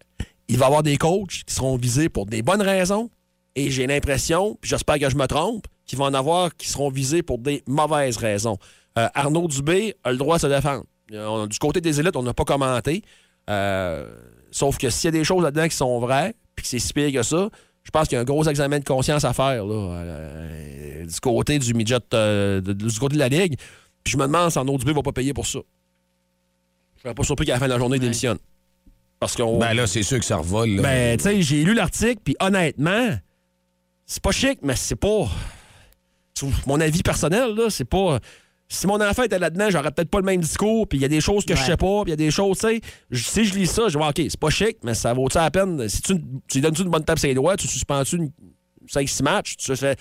Speaker 5: Il va y avoir des coachs qui seront visés pour des bonnes raisons. Et j'ai l'impression, puis j'espère que je me trompe, qu'il va en avoir qui seront visés pour des mauvaises raisons. Euh, Arnaud Dubé a le droit de se défendre. Euh, on- du côté des élites, on n'a pas commenté. Euh, sauf que s'il y a des choses là-dedans qui sont vraies, puis que c'est si pire que ça, je pense qu'il y a un gros examen de conscience à faire là, euh, du côté du midget, euh, de- du côté de la Ligue. Puis je me demande si Arnaud Dubé va pas payer pour ça. Je serais pas surpris qu'à la fin de la journée, il démissionne. Parce qu'on
Speaker 3: Ben là, c'est sûr que ça revole. là.
Speaker 5: ben, tu sais, j'ai lu l'article, puis honnêtement, c'est pas chic, mais c'est pas. c'est Mon avis personnel, là, c'est pas. Si mon enfant était là-dedans, j'aurais peut-être pas le même discours, puis il y a des choses que je sais pas, puis il y a des choses, tu sais. je- Si je lis ça, je vais, OK, c'est pas chic, mais ça vaut-tu la peine? Si tu, tu lui donnes-tu une bonne tape sur les doigts, tu suspends-tu une 5-6 matchs, tu fais-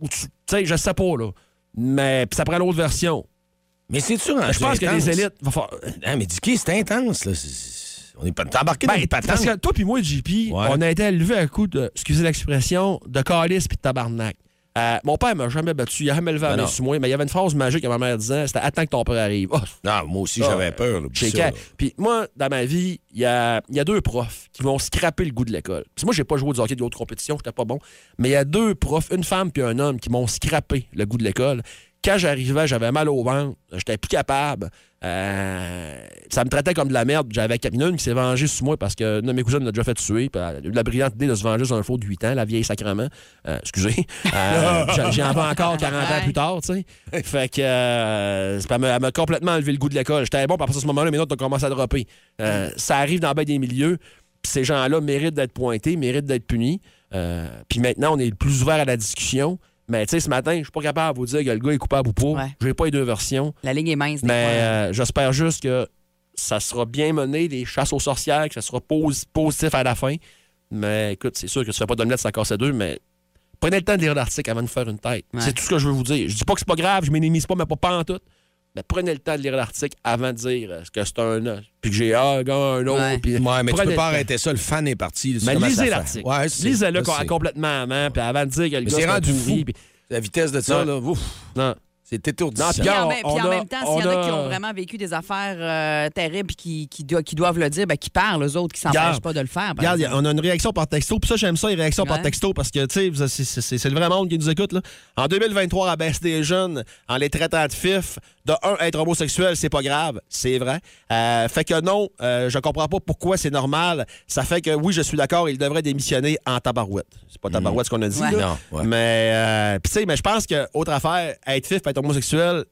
Speaker 5: ou tu tu sais, je sais pas, là. Mais puis ça prend l'autre version.
Speaker 3: Mais c'est sûr,
Speaker 5: Je pense que les élites. va faire-
Speaker 3: Ah, mais Dicky, c'est intense, là. C'est- c'est- On est pas t'es embarqué dans
Speaker 5: Ben,
Speaker 3: une patente.
Speaker 5: parce que toi puis moi, JP, on a été élevés à coup de, excusez l'expression, de calice puis de tabarnak. Euh, mon père m'a jamais battu, il a jamais levé la
Speaker 3: Ben
Speaker 5: main
Speaker 3: non.
Speaker 5: sur moi, mais il y avait une phrase magique que ma mère disait, c'était « Attends que ton père arrive Oh,
Speaker 3: Non, moi aussi, j'avais
Speaker 5: Ah,
Speaker 3: peur. là,
Speaker 5: j'ai
Speaker 3: puis ça,
Speaker 5: qu'à- Puis moi, dans ma vie, il y a, il y a deux profs qui vont scraper le goût de l'école. Puis moi, j'ai pas joué du hockey de haute compétition, j'étais pas bon. Mais il y a deux profs, une femme puis un homme, qui m'ont scrappé le goût de l'école. Quand j'arrivais, j'avais mal au ventre, j'étais plus capable. Euh, ça me traitait comme de la merde. J'avais il y en a une qui s'est vengée sur moi parce que une de mes cousines l'a déjà fait tuer. Puis elle a eu la brillante idée de se venger sur un faux de 8 ans, la vieille sacrement. Euh, excusez. Euh, j'en- J'en avais encore 40 ans plus tard, tu sais. Fait que euh, c'est pas- elle m'a- elle m'a complètement enlevé le goût de l'école. J'étais bon, puis à partir de ce moment-là, mes notes ont commencé à dropper. Euh, ça arrive dans bien des milieux. Puis ces gens-là méritent d'être pointés, méritent d'être punis. Euh, puis maintenant, on est plus ouvert à la discussion. Mais tu sais, ce matin, je suis pas capable de vous dire que le gars est coupable ou pas.
Speaker 4: Ouais.
Speaker 5: J'ai pas les deux versions.
Speaker 4: La ligne est mince. des
Speaker 5: Mais
Speaker 4: fois. hein.
Speaker 5: euh, j'espère juste que ça sera bien mené, les chasses aux sorcières, que ça sera posi- positif à la fin. Mais écoute, c'est sûr que tu fais pas d'omelette, ça casse à deux, mais prenez le temps de lire l'article avant de faire une tête.
Speaker 4: Ouais.
Speaker 5: C'est tout ce que je veux vous dire. Je dis pas que c'est pas grave, je minimise pas, mais pas, pas en tout. Mais prenez le temps de lire l'article avant de dire euh, que c'est un. euh, Puis que j'ai un gars, un autre.
Speaker 4: Ouais.
Speaker 5: puis-
Speaker 3: Ouais, mais tu
Speaker 5: prenez
Speaker 3: peux pas
Speaker 5: le temps.
Speaker 3: arrêter ça. Le fan est parti. là, c'est
Speaker 5: Mais
Speaker 3: comment ça
Speaker 5: lisez
Speaker 3: fait.
Speaker 5: l'article.
Speaker 3: Ouais, c'est-
Speaker 5: Lisez-le
Speaker 3: je sais.
Speaker 5: complètement avant, puis avant de dire que le
Speaker 3: Mais
Speaker 5: gars.
Speaker 3: c'est
Speaker 5: un
Speaker 3: rendu
Speaker 5: pourri,
Speaker 3: fou.
Speaker 5: puis-
Speaker 3: La vitesse de ça, là, ouf,
Speaker 5: Non.
Speaker 3: c'est étourdissant.
Speaker 5: Non,
Speaker 4: Puis
Speaker 5: Pierre,
Speaker 4: en, même- puis
Speaker 5: on
Speaker 4: en
Speaker 5: a-
Speaker 4: même temps, s'il y en
Speaker 5: on
Speaker 4: a qui
Speaker 5: a-
Speaker 4: ont vraiment vécu des affaires euh, terribles et qui, qui, do- qui doivent le dire, ben, qui parlent, eux autres, qui s'empêchent
Speaker 5: Garde.
Speaker 4: pas de le faire. par
Speaker 5: Regarde, y a-
Speaker 4: exemple.
Speaker 5: on a une réaction par texto. Puis ça, j'aime ça, les réactions par
Speaker 4: Ouais.
Speaker 5: texto, parce que, tu sais, vous- c'est- c'est c'est- c'est le vrai monde qui nous écoute. Là. En 2023, à baisse des jeunes, en les traitant de fif, de un, être homosexuel, c'est pas grave, c'est vrai. Euh, fait que non, euh, je comprends pas pourquoi c'est normal. Ça fait que, oui, je suis d'accord, il devrait démissionner en tabarouette. C'est pas tabarouette ce qu'on a dit,
Speaker 4: Ouais.
Speaker 5: là.
Speaker 3: Non, ouais.
Speaker 5: Mais, euh, puis tu sais, mais je pense que, autre affaire, être fif, être homosexuel,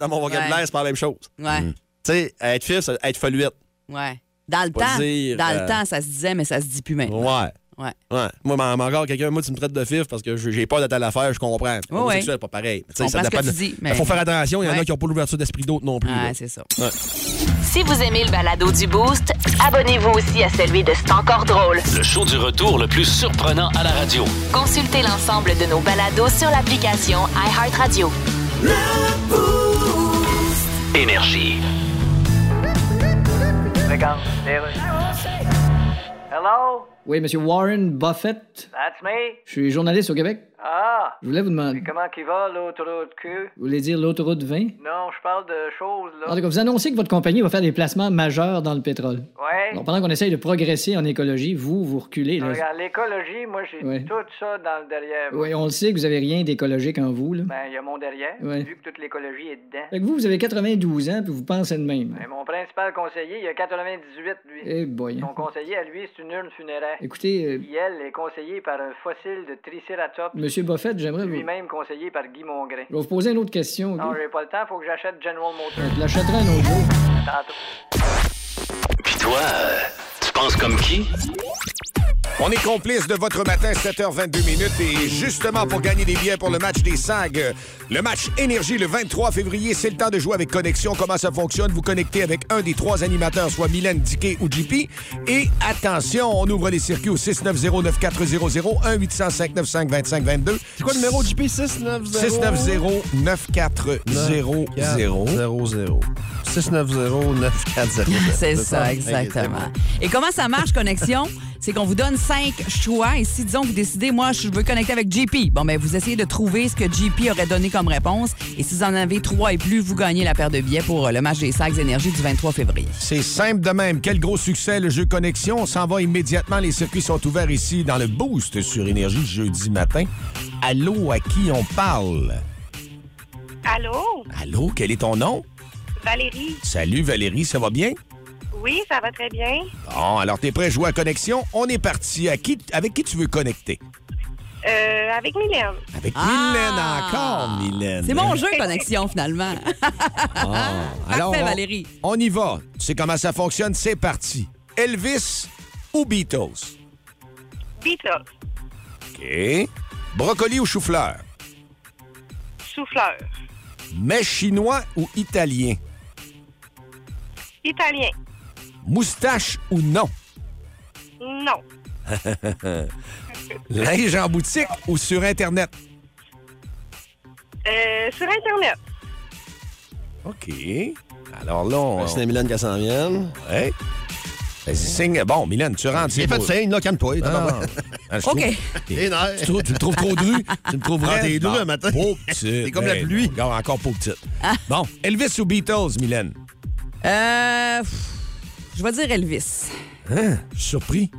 Speaker 5: dans mon vocabulaire,
Speaker 4: Ouais.
Speaker 5: c'est pas la même chose.
Speaker 4: Ouais,
Speaker 5: Tu sais, être fif, c'est être feluette.
Speaker 4: ouais. Dans le
Speaker 5: Pas
Speaker 4: temps,
Speaker 5: dire,
Speaker 4: dans
Speaker 5: euh,
Speaker 4: le temps, ça se disait, mais ça se dit plus maintenant.
Speaker 5: Ouais.
Speaker 4: Ouais.
Speaker 5: Ouais. Moi, m'en- m'en encore quelqu'un, moi, tu me traites de fif parce que je- j'ai pas de telle affaire, je comprends.
Speaker 4: ouais.
Speaker 5: Homosexuel, pas pareil. Mais tu sais,
Speaker 4: Je comprends ce que
Speaker 5: dépend
Speaker 4: tu dis,
Speaker 5: Mais
Speaker 4: mais-
Speaker 5: faut faire attention, il y en a
Speaker 4: Ouais.
Speaker 5: qui ont pas l'ouverture d'esprit d'autres non plus.
Speaker 4: Ouais,
Speaker 5: là.
Speaker 4: c'est ça.
Speaker 1: Si vous aimez le balado du Boost, abonnez-vous aussi à celui de C'est encore drôle.
Speaker 2: Le show du retour le plus surprenant à la radio.
Speaker 1: Consultez l'ensemble de nos balados sur l'application iHeartRadio.
Speaker 2: Énergie.
Speaker 8: Regarde, Taylor. Hello,
Speaker 9: Oui, monsieur Warren Buffett.
Speaker 8: that's me.
Speaker 9: Je suis journaliste au Québec.
Speaker 8: Ah,
Speaker 9: Je voulais vous demander.
Speaker 8: comment qui va l'autoroute Q?
Speaker 9: Vous voulez dire l'autoroute 20?
Speaker 8: Non, je parle de choses,
Speaker 9: En
Speaker 8: là.
Speaker 9: tout cas, vous annoncez que votre compagnie va faire des placements majeurs dans le pétrole.
Speaker 8: Ouais.
Speaker 9: Alors, pendant qu'on essaye de progresser en écologie, vous, vous reculez. là.
Speaker 8: Regarde, l'écologie, moi, j'ai
Speaker 9: Ouais.
Speaker 8: tout ça dans le derrière.
Speaker 9: Oui, on le sait que vous avez rien d'écologique en vous. Là.
Speaker 8: Ben, il y a mon derrière,
Speaker 9: Ouais.
Speaker 8: vu que toute l'écologie est dedans.
Speaker 9: Fait que vous, vous avez 92 ans, puis vous pensez de même.
Speaker 8: Mais mon principal conseiller, il a 98, lui.
Speaker 9: Eh boy.
Speaker 8: Son conseiller, à lui, c'est une urne funéraire.
Speaker 9: Écoutez, euh,
Speaker 8: Qui, elle, est conseillée par un fossile de Triceratops,
Speaker 9: monsieur Buffett, j'aimerais vous...
Speaker 8: lui-même conseillé par Guy Mongrain.
Speaker 9: Je vais vous poser une autre question. ok?
Speaker 8: Non, j'ai pas le temps, faut que j'achète General Motors.
Speaker 9: Je l'achèterai un autre jour.
Speaker 8: Tantôt.
Speaker 2: Puis toi, euh, tu penses comme qui?
Speaker 3: On est complice de votre matin, 7h22 minutes. Et justement, pour gagner des billets pour le match des SAG, euh, le match Énergie le 23 février, c'est le temps de jouer avec Connexion. Comment ça fonctionne? Vous connectez avec un des trois animateurs, soit Mylène Diquet ou JP. Et attention, on ouvre les circuits au 690-9400, 1 800 595 2522
Speaker 5: C'est quoi le numéro du P690?
Speaker 3: 690-9400.
Speaker 5: 00. 690-940.
Speaker 4: C'est ça, exactement. Et comment ça marche, connexion? C'est qu'on vous donne cinq choix. Et si, disons, vous décidez, moi, je veux connecter avec JP, bon, ben, vous essayez de trouver ce que JP aurait donné comme réponse. Et si vous en avez trois et plus, vous gagnez la paire de billets pour euh, le match des Sags Énergie du 23 février.
Speaker 3: C'est simple de même. Quel gros succès le jeu Connexion. On s'en va immédiatement. Les circuits sont ouverts ici dans le Boost sur Énergie jeudi matin. Allô, à qui on parle?
Speaker 10: Allô?
Speaker 3: Allô, quel est ton nom?
Speaker 10: Valérie?
Speaker 3: Salut Valérie, ça va bien?
Speaker 10: Oui, ça va très bien.
Speaker 3: Bon, alors t'es prêt à jouer à Connexion? On est parti. À qui, avec qui tu veux connecter?
Speaker 10: Euh, avec Mylène.
Speaker 3: Avec
Speaker 4: Ah!
Speaker 3: Mylène encore, Mylène. Ah,
Speaker 4: C'est mon jeu, connexion, finalement.
Speaker 3: Alors,
Speaker 4: Parfait,
Speaker 3: on-
Speaker 4: Valérie.
Speaker 3: On y va. Tu sais comment ça fonctionne? C'est parti. Elvis ou Beatles?
Speaker 10: Beatles.
Speaker 3: OK. Brocoli ou chou-fleur?
Speaker 10: Souffleur.
Speaker 3: Mais chinois ou italien?
Speaker 10: Italien.
Speaker 3: Moustache ou non?
Speaker 10: Non.
Speaker 3: Linge en boutique ou sur Internet?
Speaker 10: Euh, sur Internet.
Speaker 3: OK. Alors là, on...
Speaker 5: C'est Mylène qui s'en vient.
Speaker 3: Ouais. Vas-y, signe. Bon, Mylène, tu rentres.
Speaker 5: J'ai
Speaker 3: c'est
Speaker 5: fait
Speaker 3: beau.
Speaker 5: signe, là, calme-toi.
Speaker 3: Ah. Ah, je
Speaker 4: OK.
Speaker 3: trouve-
Speaker 5: T'es nerfs.
Speaker 3: Tu, trouves- tu me trouves trop dru. Tu me trouves
Speaker 5: Ah,
Speaker 3: vraiment
Speaker 5: t'es dru un matin. T'es comme la pluie.
Speaker 3: Encore, Ben, encore pauvre petite.
Speaker 4: Ah.
Speaker 3: Bon, Elvis ou Beatles, Mylène?
Speaker 4: Euh, pff, je vais dire Elvis. Est-ce
Speaker 3: Hein? Je suis surpris.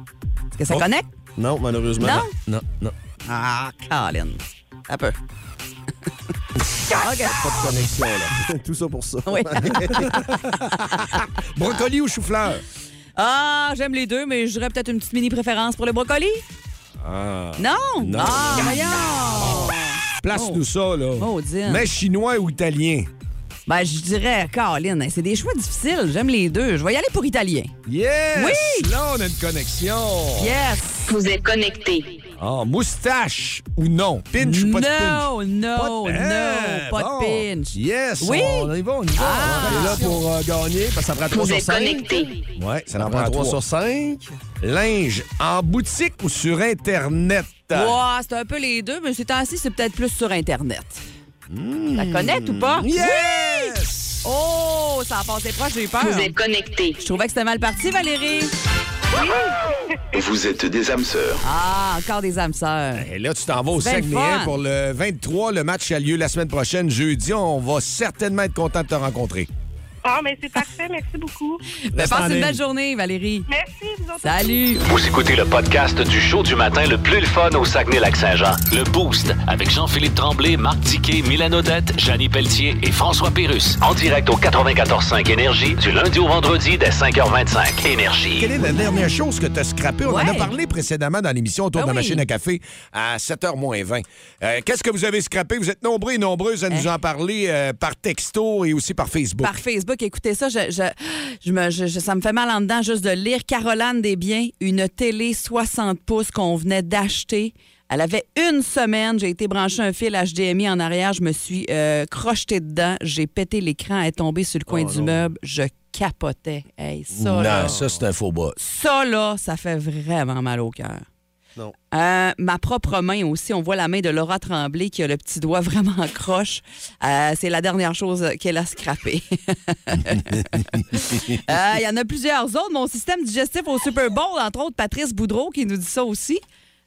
Speaker 4: que ça
Speaker 3: Oh.
Speaker 4: connecte?
Speaker 5: Non, malheureusement.
Speaker 4: Non?
Speaker 3: Non, non.
Speaker 4: Ah, Colin. Un peu. OK.
Speaker 5: Tout ça pour ça.
Speaker 4: Oui.
Speaker 3: Brocoli ou chou-fleur?
Speaker 4: Ah, j'aime les deux, mais j'aurais peut-être une petite mini préférence pour le brocoli. Non?
Speaker 3: Non.
Speaker 4: Ah, voyons! Oh.
Speaker 3: Place-nous ça, là.
Speaker 4: Maudine.
Speaker 3: Mais chinois ou italien?
Speaker 4: Ben, je dirais, Caroline, hein, c'est des choix difficiles. J'aime les deux. Je vais y aller pour italien.
Speaker 3: Yes!
Speaker 4: Oui!
Speaker 3: Là, on a une connexion.
Speaker 4: Yes!
Speaker 1: Vous êtes connectés.
Speaker 3: Ah, moustache ou non? Pinch ou pas de pinch?
Speaker 4: No, no, no,
Speaker 3: Eh,
Speaker 4: pas
Speaker 3: bon.
Speaker 4: de pinch.
Speaker 3: Yes,
Speaker 4: Oui. Ah.
Speaker 3: on y va, on y va.
Speaker 5: On est là pour euh, gagner,
Speaker 1: Ah.
Speaker 5: parce que ça prend 3 sur 5.
Speaker 3: Ouais, ça
Speaker 5: Ça
Speaker 3: en
Speaker 5: prend
Speaker 3: prend
Speaker 5: 3
Speaker 3: trois.
Speaker 5: sur 5.
Speaker 3: Linge en boutique ou sur Internet?
Speaker 4: Ouais, c'est un peu les deux, mais ces temps-ci, c'est peut-être plus sur Internet. La connecte ou pas?
Speaker 3: Yes!
Speaker 4: Oh, ça a passé proche, j'ai eu peur.
Speaker 1: connectés.
Speaker 4: Je trouvais que c'était mal parti, Valérie.
Speaker 11: Vous êtes des âmes sœurs.
Speaker 4: Ah, encore des âmes sœurs.
Speaker 3: Et là, tu t'en vas au
Speaker 4: C'est bien le
Speaker 3: Saguenay
Speaker 4: fun.
Speaker 3: pour le 23. Le match a lieu la semaine prochaine, jeudi. On va certainement être content de te rencontrer.
Speaker 10: Ah, mais c'est parfait. Merci beaucoup.
Speaker 4: Ben,
Speaker 3: Reste en
Speaker 4: passe une
Speaker 3: ligne.
Speaker 4: belle journée, Valérie.
Speaker 10: Merci, vous autres.
Speaker 4: Salut!
Speaker 2: Vous écoutez le podcast du show du matin le plus le fun au Saguenay-Lac-Saint-Jean. Le Boost avec Jean-Philippe Tremblay, Marc Diquet, Milan Odette, Janine Pelletier et François Pérus. En direct au 94.5 Énergie du lundi au vendredi dès 5h25. Énergie.
Speaker 3: Quelle est la dernière chose que tu as scrappée? On en a
Speaker 4: Ouais.
Speaker 3: parlé précédemment dans l'émission autour
Speaker 4: Ah
Speaker 3: de la
Speaker 4: oui.
Speaker 3: machine à café à 7h moins 20. Euh, Qu'est-ce que vous avez scrappé? Vous êtes nombreux et nombreuses à nous en parler euh, par texto et aussi par Facebook.
Speaker 4: Par Facebook, écoutez ça, je, je, je me, je- je- ça me fait mal en dedans juste de lire. Caroline Desbiens, une télé 60 pouces qu'on venait d'acheter. Elle avait une semaine, j'ai été brancher un fil HDMI en arrière, je me suis euh, crochetée dedans, j'ai pété l'écran, elle est tombée sur le coin du meuble, je capotais. Hey, ça,
Speaker 3: Oh non,
Speaker 4: là,
Speaker 3: ça, c'est un faux bas.
Speaker 4: ça, là, ça fait vraiment mal au cœur.
Speaker 3: Non.
Speaker 4: Euh, ma propre main aussi, on voit la main de Laura Tremblay qui a le petit doigt vraiment croche. Euh, c'est la dernière chose qu'elle a scrappée. Euh, Il y en a plusieurs autres. Mon système digestif au Super Bowl, entre autres Patrice Boudreau qui nous dit ça aussi.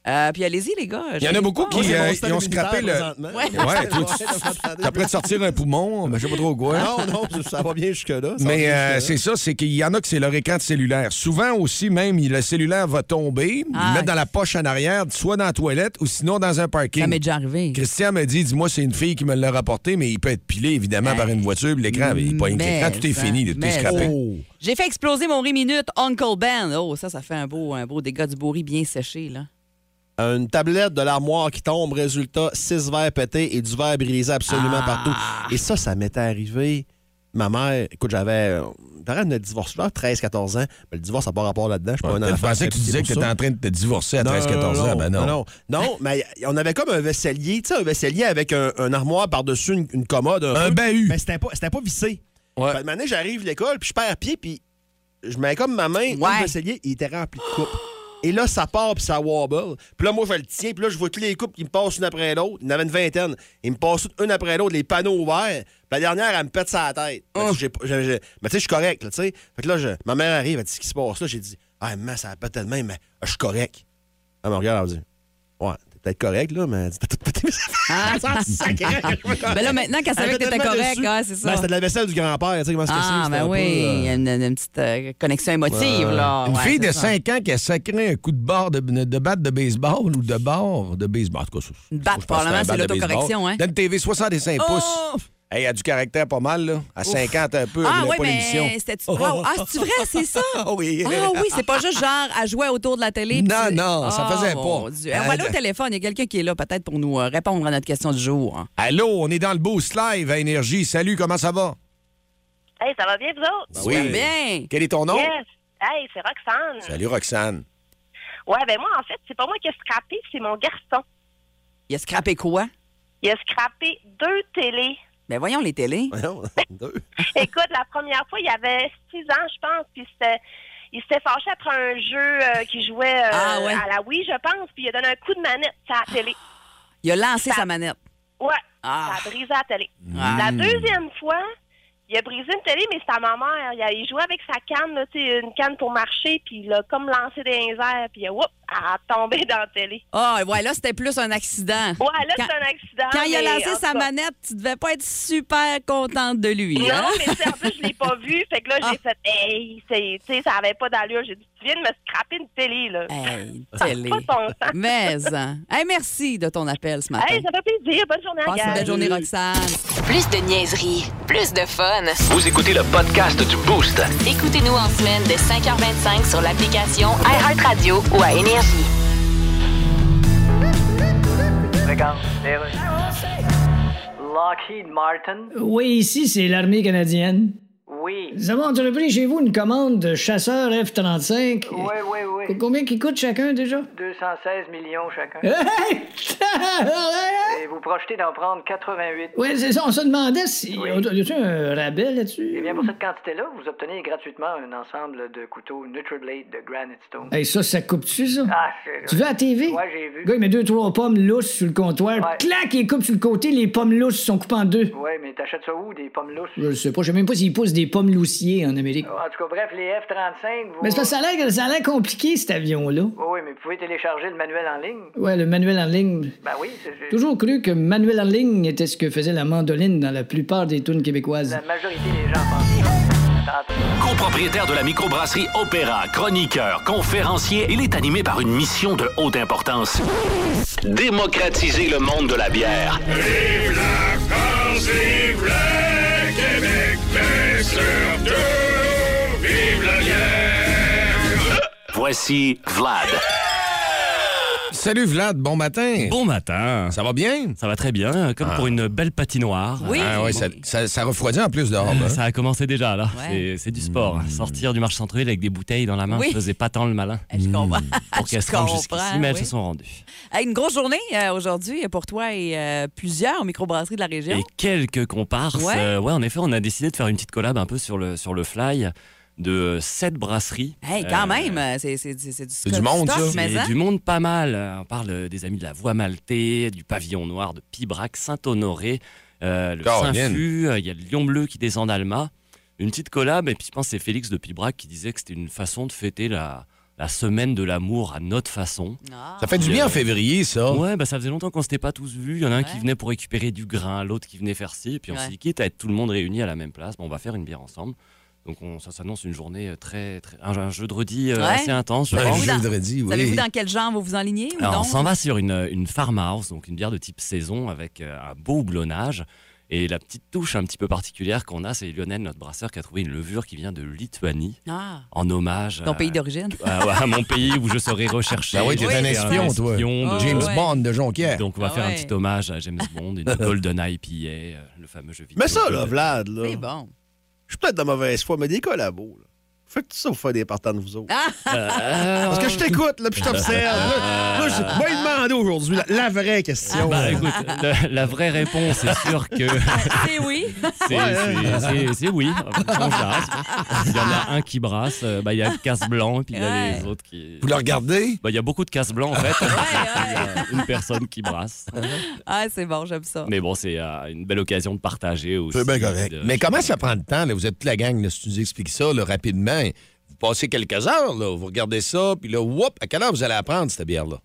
Speaker 4: Euh, puis allez-y, les gars.
Speaker 3: Il y en a beaucoup qui euh, ils ont scrappé le.
Speaker 4: Ouais.
Speaker 3: Ouais, toi, tu- t'as prêt de sortir un poumon, mais je sais pas trop quoi.
Speaker 5: Non, non, ça va bien jusque-là. ça va
Speaker 3: Mais
Speaker 5: bien
Speaker 3: euh,
Speaker 5: jusque-là.
Speaker 3: c'est ça, c'est qu'il y en a que c'est leur écran de cellulaire. Souvent aussi, même, il- le cellulaire va tomber, ils
Speaker 4: Ah.
Speaker 3: le mettent dans la poche en arrière, soit dans la toilette ou sinon dans un parking.
Speaker 4: Ça m'est déjà arrivé.
Speaker 3: Christian me dit, dis-moi, c'est une fille qui me l'a rapporté, mais il peut être pilé, évidemment, par une voiture, puis l'écran, il pogne
Speaker 4: Ben, mais
Speaker 3: l'écran, tout est
Speaker 4: ça,
Speaker 3: fini, tout
Speaker 4: mais
Speaker 3: est scrappé.
Speaker 4: ça. J'ai fait exploser mon réminute Uncle Ben. Oh, ça, ça fait un beau, un beau dégât du bourri bien séché, là.
Speaker 5: Une tablette de l'armoire qui tombe, résultat, six verres pétés et du verre brisé
Speaker 3: Ah.
Speaker 5: absolument partout. Et ça, ça m'était arrivé. Ma mère, écoute, j'avais. euh, J'avais un divorce, j'avais 13-14 ans. Mais le divorce, ça n'a pas rapport là-dedans. Je suis pas un
Speaker 3: Je
Speaker 5: enfant
Speaker 3: pensais que tu
Speaker 5: très
Speaker 3: disais que
Speaker 5: petit
Speaker 3: tu
Speaker 5: pour
Speaker 3: étais
Speaker 5: ça.
Speaker 3: en train de te divorcer à 13-14 ans. Ben non.
Speaker 5: Non, non, mais on avait comme un vaisselier, tu sais, un vaisselier avec un, un armoire par-dessus une, une commode. Un, peu.
Speaker 3: bahut.
Speaker 5: Mais c'était pas, c'était pas vissé. Fait que maintenant, j'arrive à l'école, puis je perds pied, puis je mets comme ma main dans le vaisselier, il était rempli de coupes. Et là, ça part, puis ça wobble. Puis là, moi, je le tiens, puis là, je vois tous les coupes qui me passent une après l'autre. Il y en avait une vingtaine. Ils me passent toutes une après l'autre, les panneaux ouverts. Puis la dernière, elle me pète sa tête. Fait
Speaker 3: Oh.
Speaker 5: que j'ai pas- j'ai- j'ai- Mais tu sais, je suis correct, là, tu sais. Fait que là, je- ma mère arrive, elle dit ce qui se passe là. J'ai dit, ah, mais ça pète tellement, mais je suis correct. Elle me regarde, elle me dit, ouais, t'es peut-être correct, là, mais t'as tout pété.
Speaker 4: Ah,
Speaker 5: sacré.
Speaker 4: ben là, maintenant, qu'elle savait que t'étais correct, ah, c'est ça.
Speaker 5: Ben, c'était de la vaisselle du grand-père, tu sais, comment c'était
Speaker 4: ah, ben oui, il y a une, une petite euh, connexion émotive, là.
Speaker 3: Une
Speaker 4: Ouais,
Speaker 3: fille
Speaker 4: c'est
Speaker 3: de
Speaker 4: ça.
Speaker 3: 5 ans qui a sacré un coup de barre de, de batte de baseball ou de barre de baseball. En tout cas, ça,
Speaker 4: Une
Speaker 3: moi,
Speaker 4: batte,
Speaker 3: je pense que
Speaker 4: probablement,
Speaker 3: c'était
Speaker 4: c'est
Speaker 3: un batte de
Speaker 4: l'autocorrection,
Speaker 3: baseball.
Speaker 4: hein.
Speaker 3: Donne TV 65 pouces.
Speaker 4: Oh!
Speaker 3: Hey, elle a du caractère pas mal, là. À 50 un peu, elle
Speaker 4: Ah
Speaker 3: voulait
Speaker 4: oui,
Speaker 3: pas l'émission.
Speaker 4: mais c'était-tu... Wow. Ah, c'est vrai, c'est ça?
Speaker 3: Ah oui.
Speaker 4: Ah oui, c'est pas juste genre à jouer autour de la télé. puis
Speaker 3: Non,
Speaker 4: tu-
Speaker 3: non, ça
Speaker 4: Ah,
Speaker 3: faisait
Speaker 4: mon
Speaker 3: pas.
Speaker 4: Dieu. Ah, voilà au téléphone, il y a quelqu'un qui est là peut-être pour nous euh, répondre à notre question du jour.
Speaker 3: Allô, on est dans le boost live à Énergie. Salut, comment ça va?
Speaker 10: Hey, ça va bien, vous autres?
Speaker 4: Super bien.
Speaker 3: Ben Quel est ton nom?
Speaker 10: Yes. Hey, c'est Roxane.
Speaker 3: Salut, Roxane.
Speaker 10: Ouais, ben moi, en fait, c'est pas moi qui ai scrappé, c'est mon garçon.
Speaker 4: Il a scrappé quoi?
Speaker 10: Il a scrappé deux télés.
Speaker 4: Ben voyons les télés.
Speaker 10: Écoute, la première fois, il avait six ans, je pense, puis c'était- Il s'était fâché après un jeu euh, qu'il jouait euh,
Speaker 4: Ah ouais.
Speaker 10: à la Wii, je pense, puis il a donné un coup de manette à la télé.
Speaker 4: Il a lancé sa manette.
Speaker 10: Ouais,
Speaker 4: Ah.
Speaker 10: ça a brisé la télé.
Speaker 4: Ah.
Speaker 10: La deuxième fois, il a brisé une télé, mais c'était à ma mère. Il, a, il jouait avec sa canne, là, tu sais, une canne pour marcher, puis il l'a comme lancé dans les airs, puis il a, whoop, elle a tombé dans la télé.
Speaker 4: Ah, ouais, là, c'était plus un accident.
Speaker 10: Ouais, là,
Speaker 4: Quand-
Speaker 10: c'est un accident.
Speaker 4: Quand il a
Speaker 10: mais en
Speaker 4: lancé
Speaker 10: tout
Speaker 4: sa
Speaker 10: cas-
Speaker 4: manette, tu devais pas être super contente de lui. hein?
Speaker 10: Non, mais tu sais, en plus, je l'ai pas vu. Fait que là, j'ai
Speaker 4: Ah.
Speaker 10: fait, hey, c'est- tu sais, ça avait pas d'allure. J'ai dit, tu viens de me scraper une télé, là.
Speaker 4: Hey, télé.
Speaker 10: Pas ton temps.
Speaker 4: Mais, hein. Hey, merci de ton appel ce matin.
Speaker 10: Hey, ça fait plaisir. Bonne journée, à
Speaker 4: Passe une belle journée, Roxane.
Speaker 1: Plus de niaiserie, plus de fun.
Speaker 2: Vous écoutez le podcast du Boost.
Speaker 1: Écoutez-nous en semaine de 5h25 sur l'application iHeartRadio ou à Énergie.
Speaker 8: Regarde, les rues. Lockheed Martin.
Speaker 9: Oui, ici, c'est l'armée canadienne.
Speaker 8: Oui.
Speaker 9: Nous avons entrepris chez vous une commande de chasseurs F-35.
Speaker 8: Oui, oui, oui.
Speaker 9: Combien qui coûte chacun déjà?
Speaker 8: 216 millions chacun.
Speaker 9: Hey!
Speaker 8: Et vous projetez d'en prendre 88.
Speaker 9: Oui, c'est ça, on se demandait si. Y a-tu un rabais
Speaker 8: Eh
Speaker 9: là-dessus?
Speaker 8: bien, pour cette quantité-là, vous obtenez gratuitement un ensemble de couteaux NutriBlade de Granite Stone.
Speaker 9: Hey, ça, ça coupe-tu, ça?
Speaker 8: Ah, c'est-
Speaker 9: Tu veux à la TV?
Speaker 8: Ouais, j'ai vu.
Speaker 9: Le gars, il met deux, trois pommes lousses sur le comptoir.
Speaker 8: Ouais.
Speaker 9: Clac, il coupe sur le côté, les pommes lousses sont coupées en deux.
Speaker 8: Ouais, mais t'achètes ça où, des pommes lousses?
Speaker 9: Je sais pas, je sais même pas s'ils poussent des pommes loussiers en Amérique.
Speaker 8: En tout cas, bref, les F-35, vous...
Speaker 9: Mais c'est parce que ça a l'air, ça a l'air compliqué, cet avion-là.
Speaker 8: Oui, oui, mais vous pouvez télécharger le manuel en ligne.
Speaker 9: Ouais, le manuel en ligne.
Speaker 8: Ben oui, c'est... c'est-
Speaker 9: Toujours cru que manuel en ligne était ce que faisait la mandoline dans la plupart des tunes québécoises.
Speaker 8: La majorité des gens pensent ça.
Speaker 2: Copropriétaire de la microbrasserie Opéra, chroniqueur, conférencier, il est animé par une mission de haute importance. Démocratiser le monde de la bière. Voici Vlad.
Speaker 3: Salut Vlad, bon matin.
Speaker 12: Bon matin.
Speaker 3: Ça va bien?
Speaker 12: Ça va très bien, comme
Speaker 3: Ah.
Speaker 12: pour une belle patinoire. Euh,
Speaker 3: Oui. Ah ouais, ça- refroidit en plus dehors. Hmm.
Speaker 12: Ça a commencé déjà, là.
Speaker 4: Ouais.
Speaker 12: C'est- C'est du sport. Sortir du marché centre-ville avec des bouteilles dans la main,
Speaker 4: Oui. Eh,
Speaker 12: je faisais pas tant le malin. Hmm.
Speaker 4: Je comprends.
Speaker 12: Pour qu'elles
Speaker 4: Je
Speaker 12: se rendent
Speaker 4: comprends,
Speaker 12: jusqu'ici, mais elles
Speaker 4: oui.
Speaker 12: se sont rendues.
Speaker 4: Hey, une grosse journée euh, aujourd'hui pour toi et euh, plusieurs microbrasseries de la région.
Speaker 12: Et quelques comparses.
Speaker 4: Ouais.
Speaker 12: Euh, ouais, en effet, on a décidé de faire une petite collab un peu sur le, sur le fly de euh, sept brasseries.
Speaker 4: Hey, quand
Speaker 12: Euh,
Speaker 4: même, c'est c'est- c'est- c'est du,
Speaker 12: C'est
Speaker 4: stock, mais hein?
Speaker 12: du monde pas mal. Euh, On parle euh, des amis de la Voie Maltais, du Pavillon Noir, de Pibrac, Saint-Honoré, euh, le
Speaker 3: Caroline.
Speaker 12: Saint-Fu, euh, il y a le Lion Bleu qui descend d'Alma. Une petite collab, et puis je pense que c'est Félix de Pibrac qui disait que c'était une façon de fêter la, la semaine de l'amour à notre façon.
Speaker 4: Ah.
Speaker 3: Ça fait du
Speaker 12: Puis,
Speaker 3: bien en
Speaker 12: euh,
Speaker 3: février, ça.
Speaker 12: Ouais, bah, ça faisait longtemps qu'on s'était pas tous vus. Il y en a un qui venait pour récupérer du grain, l'autre qui venait faire ci. Et puis on
Speaker 3: Ouais.
Speaker 12: s'est dit, quitte à être tout le monde réuni à la même place, bon, on va faire une bière ensemble. Donc on, ça s'annonce une journée euh, très, très un, un jeudi euh,
Speaker 4: Ouais.
Speaker 12: assez intense. je
Speaker 3: Un
Speaker 12: pense.
Speaker 3: jeudi,
Speaker 4: Savez-vous dans quel genre vous vous enlignez ou
Speaker 12: Alors,
Speaker 4: non?
Speaker 12: on s'en va sur une, euh, une farmhouse, donc une bière de type saison avec euh, un beau houblonnage. Et la petite touche un petit peu particulière qu'on a, c'est Lionel, notre brasseur, qui a trouvé une levure qui vient de Lituanie.
Speaker 4: Ah.
Speaker 12: En hommage.
Speaker 4: Ton
Speaker 12: à-
Speaker 4: pays d'origine.
Speaker 12: à, à mon pays où je serai recherché.
Speaker 3: Ben oui, t'es un
Speaker 12: Et
Speaker 3: espion, toi.
Speaker 12: espion de-
Speaker 3: James Bond de Jonquière.
Speaker 12: Donc, on va
Speaker 4: Bah
Speaker 3: Ah
Speaker 12: faire
Speaker 3: ouais.
Speaker 12: un petit hommage à James Bond et de GoldenEye IPA, euh, le fameux jeu vidéo.
Speaker 5: Mais ça, là, Vlad, là.
Speaker 12: C'est
Speaker 4: bon.
Speaker 5: Je suis peut-être de mauvaise foi, mais des collabos, là. Faites ça, vous faites des partants de vous autres.
Speaker 4: Ah!
Speaker 5: Euh, Parce que je t'écoute, là, puis je t'observe. là. Là, je moi, il demandé aujourd'hui la, la vraie question.
Speaker 12: Bah, écoute, la, la vraie réponse, c'est sûr que
Speaker 4: C'est oui.
Speaker 12: c'est c'est- c'est- c'est oui. On jase. Il y en a un qui brasse, euh, bah, il y a casse blanc, et puis il y a les autres qui.
Speaker 3: Vous le regardez
Speaker 12: Bah, Il y a beaucoup de casse blanc, en fait. Il y a Une personne qui brasse.
Speaker 4: Ah, c'est bon, j'aime ça.
Speaker 12: Mais bon, c'est euh, une belle occasion de partager aussi.
Speaker 3: C'est bien correct.
Speaker 12: de-
Speaker 3: Mais comment ça prend le temps? Là? Vous êtes toute la gang, là, si tu nous expliques ça là, rapidement, vous passez quelques heures, là, vous regardez ça, puis là, whoop, à quelle heure vous allez apprendre cette bière-là?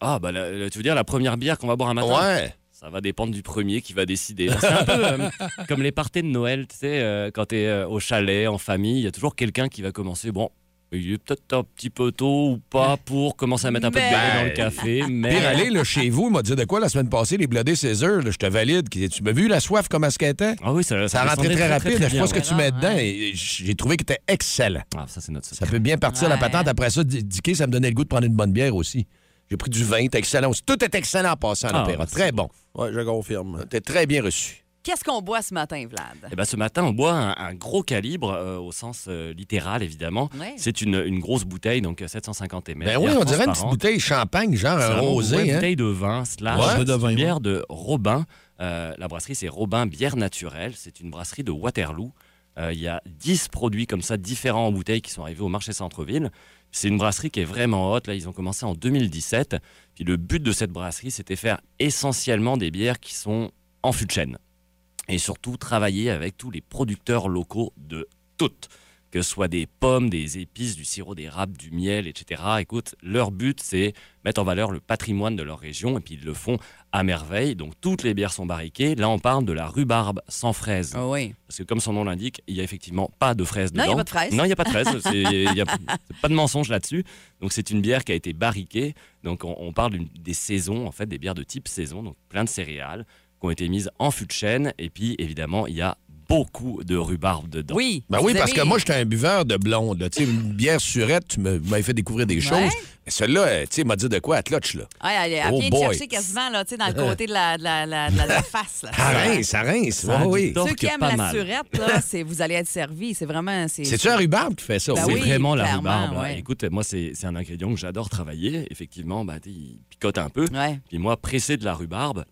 Speaker 12: Ah, bah, la- la- tu veux dire la première bière qu'on va boire un matin
Speaker 3: Ouais.
Speaker 12: Ça va dépendre du premier qui va décider. C'est un peu euh, comme les parties de Noël, tu sais, euh, quand t'es euh, au chalet, en famille, il y a toujours quelqu'un qui va commencer. Bon, il est peut-être un petit peu tôt ou pas pour commencer à mettre un peu de
Speaker 3: Mais-
Speaker 12: bébé dans le café, mais.
Speaker 3: Pire aller là, chez vous, il m'a dit de quoi la semaine passée, les blodés César, là, je te valide. qui- Tu m'as vu la soif comme elle était?
Speaker 12: Ah oui, ça,
Speaker 3: ça rentrait
Speaker 12: descendait
Speaker 3: très,
Speaker 12: très,
Speaker 3: rapide.
Speaker 12: très, très
Speaker 3: je pense
Speaker 12: bien,
Speaker 3: que tu mets dedans et j'ai trouvé que était excellent.
Speaker 12: Ah, ça, c'est notre
Speaker 3: Ça peut bien partir la patente. Après ça, di- diquer, ça me donnait le goût de prendre une bonne bière aussi. J'ai pris du vin, t'es excellent. Tout est excellent en passant à
Speaker 12: Ah,
Speaker 3: l'opéra.
Speaker 12: merci
Speaker 3: très bon. Oui, je confirme. T'es très bien reçu.
Speaker 4: Qu'est-ce qu'on boit ce matin, Vlad?
Speaker 12: Eh ben, ce matin, on boit un, un gros calibre, euh, au sens euh, littéral évidemment.
Speaker 4: Ouais.
Speaker 12: C'est une, une grosse bouteille, donc euh, 750 ml.
Speaker 3: Ben oui,
Speaker 12: bière
Speaker 3: on dirait une petite
Speaker 12: transparente.
Speaker 3: bouteille champagne, genre
Speaker 12: C'est
Speaker 3: un
Speaker 12: vraiment une
Speaker 3: rosé.
Speaker 12: vraie
Speaker 3: hein.
Speaker 12: bouteille de vin, slash
Speaker 3: Ouais.
Speaker 12: c'est
Speaker 3: Un peu de
Speaker 12: une
Speaker 3: vin,
Speaker 12: bière de Robin. Euh, la brasserie, c'est Robin Bière Naturelle. C'est une brasserie de Waterloo. Euh, Il y a 10 produits comme ça, différents en bouteille, qui sont arrivés au marché centre-ville. C'est une brasserie qui est vraiment haute. Là, ils ont commencé en 2017. Puis le but de cette brasserie, c'était faire essentiellement des bières qui sont en fût de chêne et surtout travailler avec tous les producteurs locaux de toutes, que ce soit des pommes, des épices, du sirop d'érable, du miel, etc. Écoute, leur but, c'est mettre en valeur le patrimoine de leur région et puis ils le font à merveille. Donc toutes les bières sont barriquées. Là, on parle de la rhubarbe sans fraise. Parce que comme son nom l'indique, il n'y a effectivement pas de fraise
Speaker 4: Ah Non, il y a
Speaker 12: dedans.
Speaker 4: pas de fraise.
Speaker 12: Non, il n'y a pas de fraise. C'est- il y a- c'est pas de mensonge là-dessus. Donc c'est une bière qui a été barriquée. Donc on, on parle d'une- des saisons, en fait, des bières de type saison, donc plein de céréales qui ont été mises en fût de chêne. Et puis évidemment, il y a beaucoup de rhubarbe dedans.
Speaker 4: Oui.
Speaker 3: Ben oui, parce que moi, j'étais un buveur de blonde. là. Tu sais, une bière surette, tu me- m'avais fait découvrir des
Speaker 4: Ouais.
Speaker 3: choses. Mais celle-là, euh, tu sais, m'a dit de quoi à Tlotch, là?
Speaker 4: Ouais, elle, elle
Speaker 3: Oh
Speaker 4: vient
Speaker 3: boy.
Speaker 4: te chercher quasiment là, tu sais, dans le côté de la, de la, de la, de la- de la face. Là.
Speaker 3: Ça rince, Ah, ça rince.
Speaker 12: Ça a
Speaker 3: oui,
Speaker 12: du
Speaker 3: oui.
Speaker 12: torque
Speaker 4: Ceux qui aiment
Speaker 12: pas
Speaker 4: la
Speaker 12: mal.
Speaker 4: surette, là, c'est- vous allez être servis. C'est vraiment.
Speaker 3: C'est-tu un rhubarbe qui fait ça?
Speaker 4: Ben
Speaker 12: c'est
Speaker 4: oui,
Speaker 12: vraiment la
Speaker 4: clairement,
Speaker 12: rhubarbe. hein.
Speaker 4: ouais.
Speaker 12: Écoute, moi, c'est c'est un ingrédient que j'adore travailler. Effectivement, bah, t'sais, il picote un peu.
Speaker 4: Ouais.
Speaker 12: Puis moi, presser de la rhubarbe,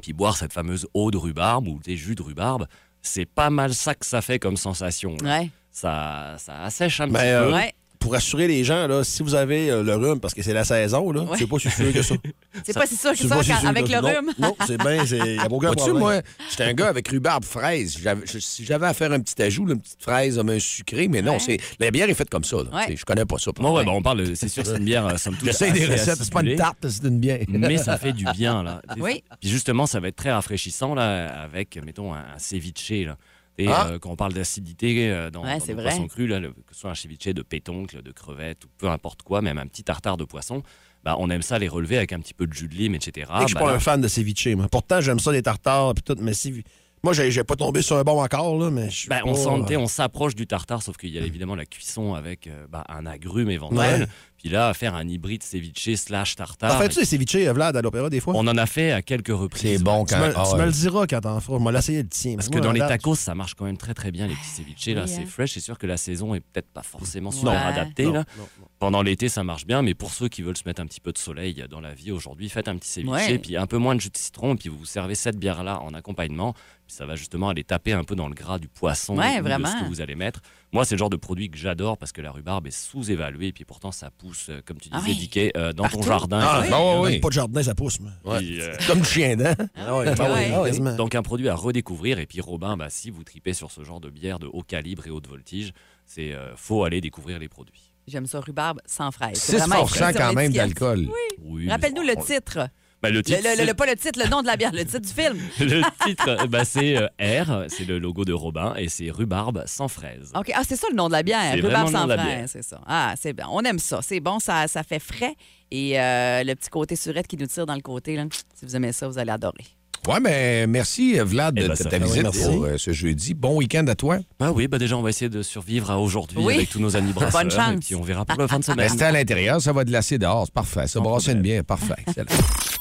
Speaker 12: puis boire cette fameuse eau de rhubarbe ou des jus de rhubarbe, c'est pas mal ça que ça fait comme sensation. là.
Speaker 4: Ouais.
Speaker 12: Ça, ça assèche un
Speaker 5: Ben,
Speaker 12: petit
Speaker 5: euh,
Speaker 12: peu.
Speaker 5: Pour assurer les gens, là, si vous avez euh, le rhume, parce que c'est la saison, là, c'est pas si sûr que ça.
Speaker 4: C'est pas si sûr que
Speaker 5: C'est
Speaker 4: ça,
Speaker 5: pas si
Speaker 4: quand-
Speaker 5: sûr
Speaker 4: avec
Speaker 5: que ça.
Speaker 4: le
Speaker 5: Non,
Speaker 4: rhume.
Speaker 5: Non, c'est bien, c'est. y a aucun
Speaker 3: Vois-tu,
Speaker 5: problème.
Speaker 3: moi, j'étais un gars avec rhubarbe fraise. J'avais- je- si j'avais à faire un petit ajout, là, une petite fraise, un sucré, mais non, c'est la bière est faite comme ça. là.
Speaker 12: Ouais.
Speaker 3: Tu sais, Je connais pas ça.
Speaker 12: Non, ouais, bah, on parle, de- c'est sûr, c'est une bière, euh, somme toute.
Speaker 3: J'essaie des
Speaker 12: assez
Speaker 3: recettes. C'est pas une
Speaker 12: acidulée.
Speaker 3: tarte, c'est une bière.
Speaker 12: Mais ça fait du bien, là.
Speaker 4: Oui.
Speaker 12: Puis justement, ça va être très rafraîchissant, là, avec, mettons, un, un ceviche, là. Et
Speaker 3: Ah.
Speaker 12: euh, quand on parle d'acidité euh, dans,
Speaker 4: Ouais,
Speaker 12: dans
Speaker 4: c'est
Speaker 12: le
Speaker 4: vrai.
Speaker 12: poisson cru, là, le- que ce soit un ceviche de pétoncle, de crevette, ou peu importe quoi, même un petit tartare de poisson, bah, on aime ça les relever avec un petit peu de jus de lime, etc.
Speaker 5: Et que Ah, je suis
Speaker 12: Bah,
Speaker 5: pas
Speaker 12: là,
Speaker 5: un fan de ceviche. Moi. Pourtant, j'aime ça, les tartares puis tout, mais si. Moi, j'ai j'ai pas tombé sur un bon encore, là, mais je suis
Speaker 12: Bah, on
Speaker 5: pas- euh,
Speaker 12: s'en- t'sais, on s'approche du tartare, sauf qu'il y a évidemment la cuisson avec euh, bah, euh, un agrume éventuel.
Speaker 5: Ouais.
Speaker 12: Puis Puis là, faire un hybride ceviche slash tartare.
Speaker 5: En fait, tu sais, ceviche, euh, Vlad, à l'opéra, des fois.
Speaker 12: On en a fait à quelques reprises. C'est bon Ah
Speaker 5: tu me, tu me le diras quand t'en feras. Je vais l'essayer le tien.
Speaker 12: Parce que
Speaker 5: Moi,
Speaker 12: dans les
Speaker 5: Vlad,
Speaker 12: tacos, ça marche quand même très très bien, les petits ceviches. Là,
Speaker 5: Oui, hein.
Speaker 12: c'est fresh. C'est sûr que la saison est peut-être pas forcément
Speaker 5: Non.
Speaker 12: super adaptée.
Speaker 5: Non,
Speaker 12: là.
Speaker 5: non,
Speaker 12: Pendant l'été, ça marche bien, mais pour ceux qui veulent se mettre un petit peu de soleil dans la vie aujourd'hui, faites un petit ceviche,
Speaker 5: Ouais.
Speaker 12: puis un peu moins de jus de citron, puis vous vous servez cette bière-là en accompagnement. Puis ça va justement aller taper un peu dans le gras du poisson,
Speaker 4: Ouais,
Speaker 12: ou de
Speaker 4: vraiment.
Speaker 12: ce que vous allez mettre. Moi, c'est le genre de produit que j'adore parce que la rhubarbe est sous-évaluée, puis pourtant, ça pousse, euh, comme tu disais, Dicky, euh, dans ton jardin.
Speaker 5: Ah,
Speaker 12: Puis,
Speaker 5: non,
Speaker 12: euh,
Speaker 5: oui. Pas de jardin, ça pousse. moi.
Speaker 12: puis, euh,
Speaker 5: Comme du chien dent.
Speaker 12: bah oui, quasiment. Donc un produit à redécouvrir. Et puis Robin, bah, si vous tripez sur ce genre de bière de haut calibre et haute voltige, c'est euh, faut aller découvrir les produits.
Speaker 4: J'aime ça, rhubarbe sans fraise. C'est
Speaker 12: 6%
Speaker 4: vraiment écrit sur
Speaker 12: quand même
Speaker 4: l'étiquette.
Speaker 12: d'alcool.
Speaker 4: Oui.
Speaker 12: Oui,
Speaker 4: Rappelle-nous
Speaker 12: mais-
Speaker 4: le titre.
Speaker 12: Bah, le titre,
Speaker 4: le,
Speaker 12: c'est-
Speaker 4: le- pas le titre, le nom de la bière, le titre du film.
Speaker 12: Le titre, bah, c'est euh, R, c'est le logo de Robin et c'est rhubarbe sans fraise.
Speaker 4: OK. Ah, c'est ça le nom de la bière.
Speaker 12: C'est
Speaker 4: Rhubarbe
Speaker 12: vraiment
Speaker 4: sans
Speaker 12: le nom de la
Speaker 4: fraise,
Speaker 12: bière.
Speaker 4: c'est ça. Ah, c'est bien. On aime ça. C'est bon, ça, ça fait frais. Et euh, le petit côté surette qui nous tire dans le côté, là, si vous aimez ça, vous allez adorer.
Speaker 3: Ouais, mais merci, euh,
Speaker 12: Eh
Speaker 3: Vlad,
Speaker 12: ben,
Speaker 3: de ta visite pour euh, ce jeudi. Bon week-end à toi.
Speaker 12: Bah oui, bah déjà on va essayer de survivre à aujourd'hui
Speaker 3: Oui.
Speaker 12: avec tous nos amis brasseurs.
Speaker 3: Bonne chance.
Speaker 12: Et puis on verra pour la fin de semaine. ben.
Speaker 3: Restez à l'intérieur, ça va glacer dehors. C'est parfait. Ça brassonne bien. Parfait. Excellent.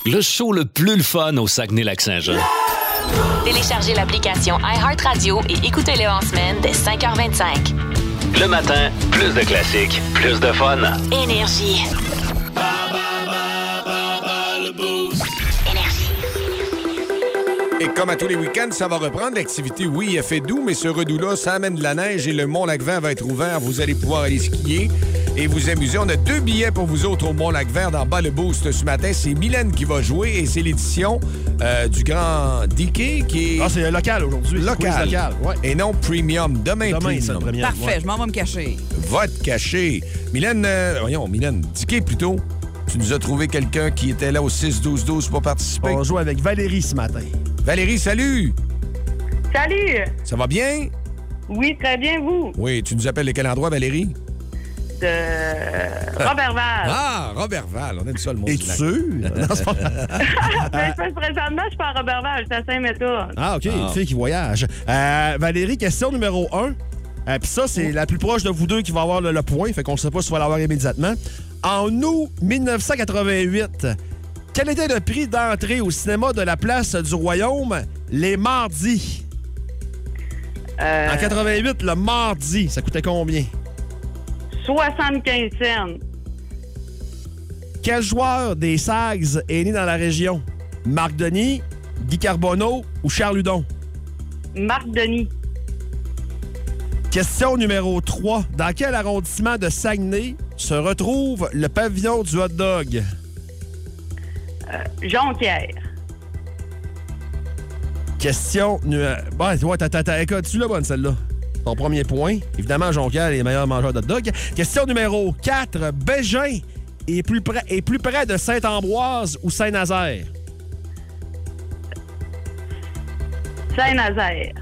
Speaker 2: Le show le plus le fun au Saguenay-Lac-Saint-Jean.
Speaker 1: Téléchargez l'application iHeartRadio et écoutez-le en semaine dès 5h25.
Speaker 2: Le matin, plus de classiques, plus de fun.
Speaker 1: Énergie.
Speaker 3: Et comme à tous les week-ends, ça va reprendre l'activité. Oui, il a fait doux, mais ce redoux-là, ça amène de la neige et le Mont-Lac-Vert va être ouvert. Vous allez pouvoir aller skier et vous amuser. On a deux billets pour vous autres au Mont-Lac-Vert dans Bas le Boost ce matin. C'est Mylène qui va jouer et c'est l'édition euh, du grand Dicky qui est... Ah,
Speaker 5: c'est local aujourd'hui.
Speaker 3: Local.
Speaker 5: Quiz local,
Speaker 3: Et non premium. Demain,
Speaker 5: Demain, c'est le
Speaker 3: premium.
Speaker 5: premium,
Speaker 4: Parfait, je m'en vais me cacher.
Speaker 3: Vote caché. Mylène, euh, voyons, Mylène, Dicky plutôt. Tu nous as trouvé quelqu'un qui était là au 6-12-12 pour participer.
Speaker 5: On joue avec Valérie ce matin.
Speaker 3: Valérie, salut!
Speaker 13: Salut!
Speaker 3: Ça va bien?
Speaker 13: Oui, très bien, vous?
Speaker 3: Oui, tu nous appelles de quel endroit, Valérie?
Speaker 13: De Robert Val.
Speaker 3: Ah, Robert Val, on aime ça le monde.
Speaker 5: Es-tu sûr?
Speaker 13: Ben, je fais présentement, je suis pas à Robert Val, je suis à Saint-Méthode.
Speaker 5: Ah, OK, une fille qui voyage. Euh, Valérie, question numéro 1. Puis ça, c'est la plus proche de vous deux qui va avoir le, le point, fait qu'on ne sait pas si on va l'avoir immédiatement. En août 1988, quel était le prix d'entrée au cinéma de la place du Royaume les mardis? En 88, le mardi, ça coûtait combien?
Speaker 13: 75 cents.
Speaker 5: Quel joueur des Sags est né dans la région? Marc Denis, Guy Carbonneau ou Charles Hudon?
Speaker 13: Marc Denis.
Speaker 5: Question numéro 3. Dans quel arrondissement de Saguenay se retrouve le pavillon du hot dog?
Speaker 13: Euh, Jonquière.
Speaker 5: Question numéro. Ouais, ouais, t'as- t'as- t'as- écoute, tu l'as bonne celle-là. Ton premier point. Évidemment, Jonquière est le meilleur mangeur de hot dog. Question numéro 4. Bégin est plus près, est plus près de Saint-Ambroise ou Saint-Nazaire?
Speaker 13: Saint-Nazaire.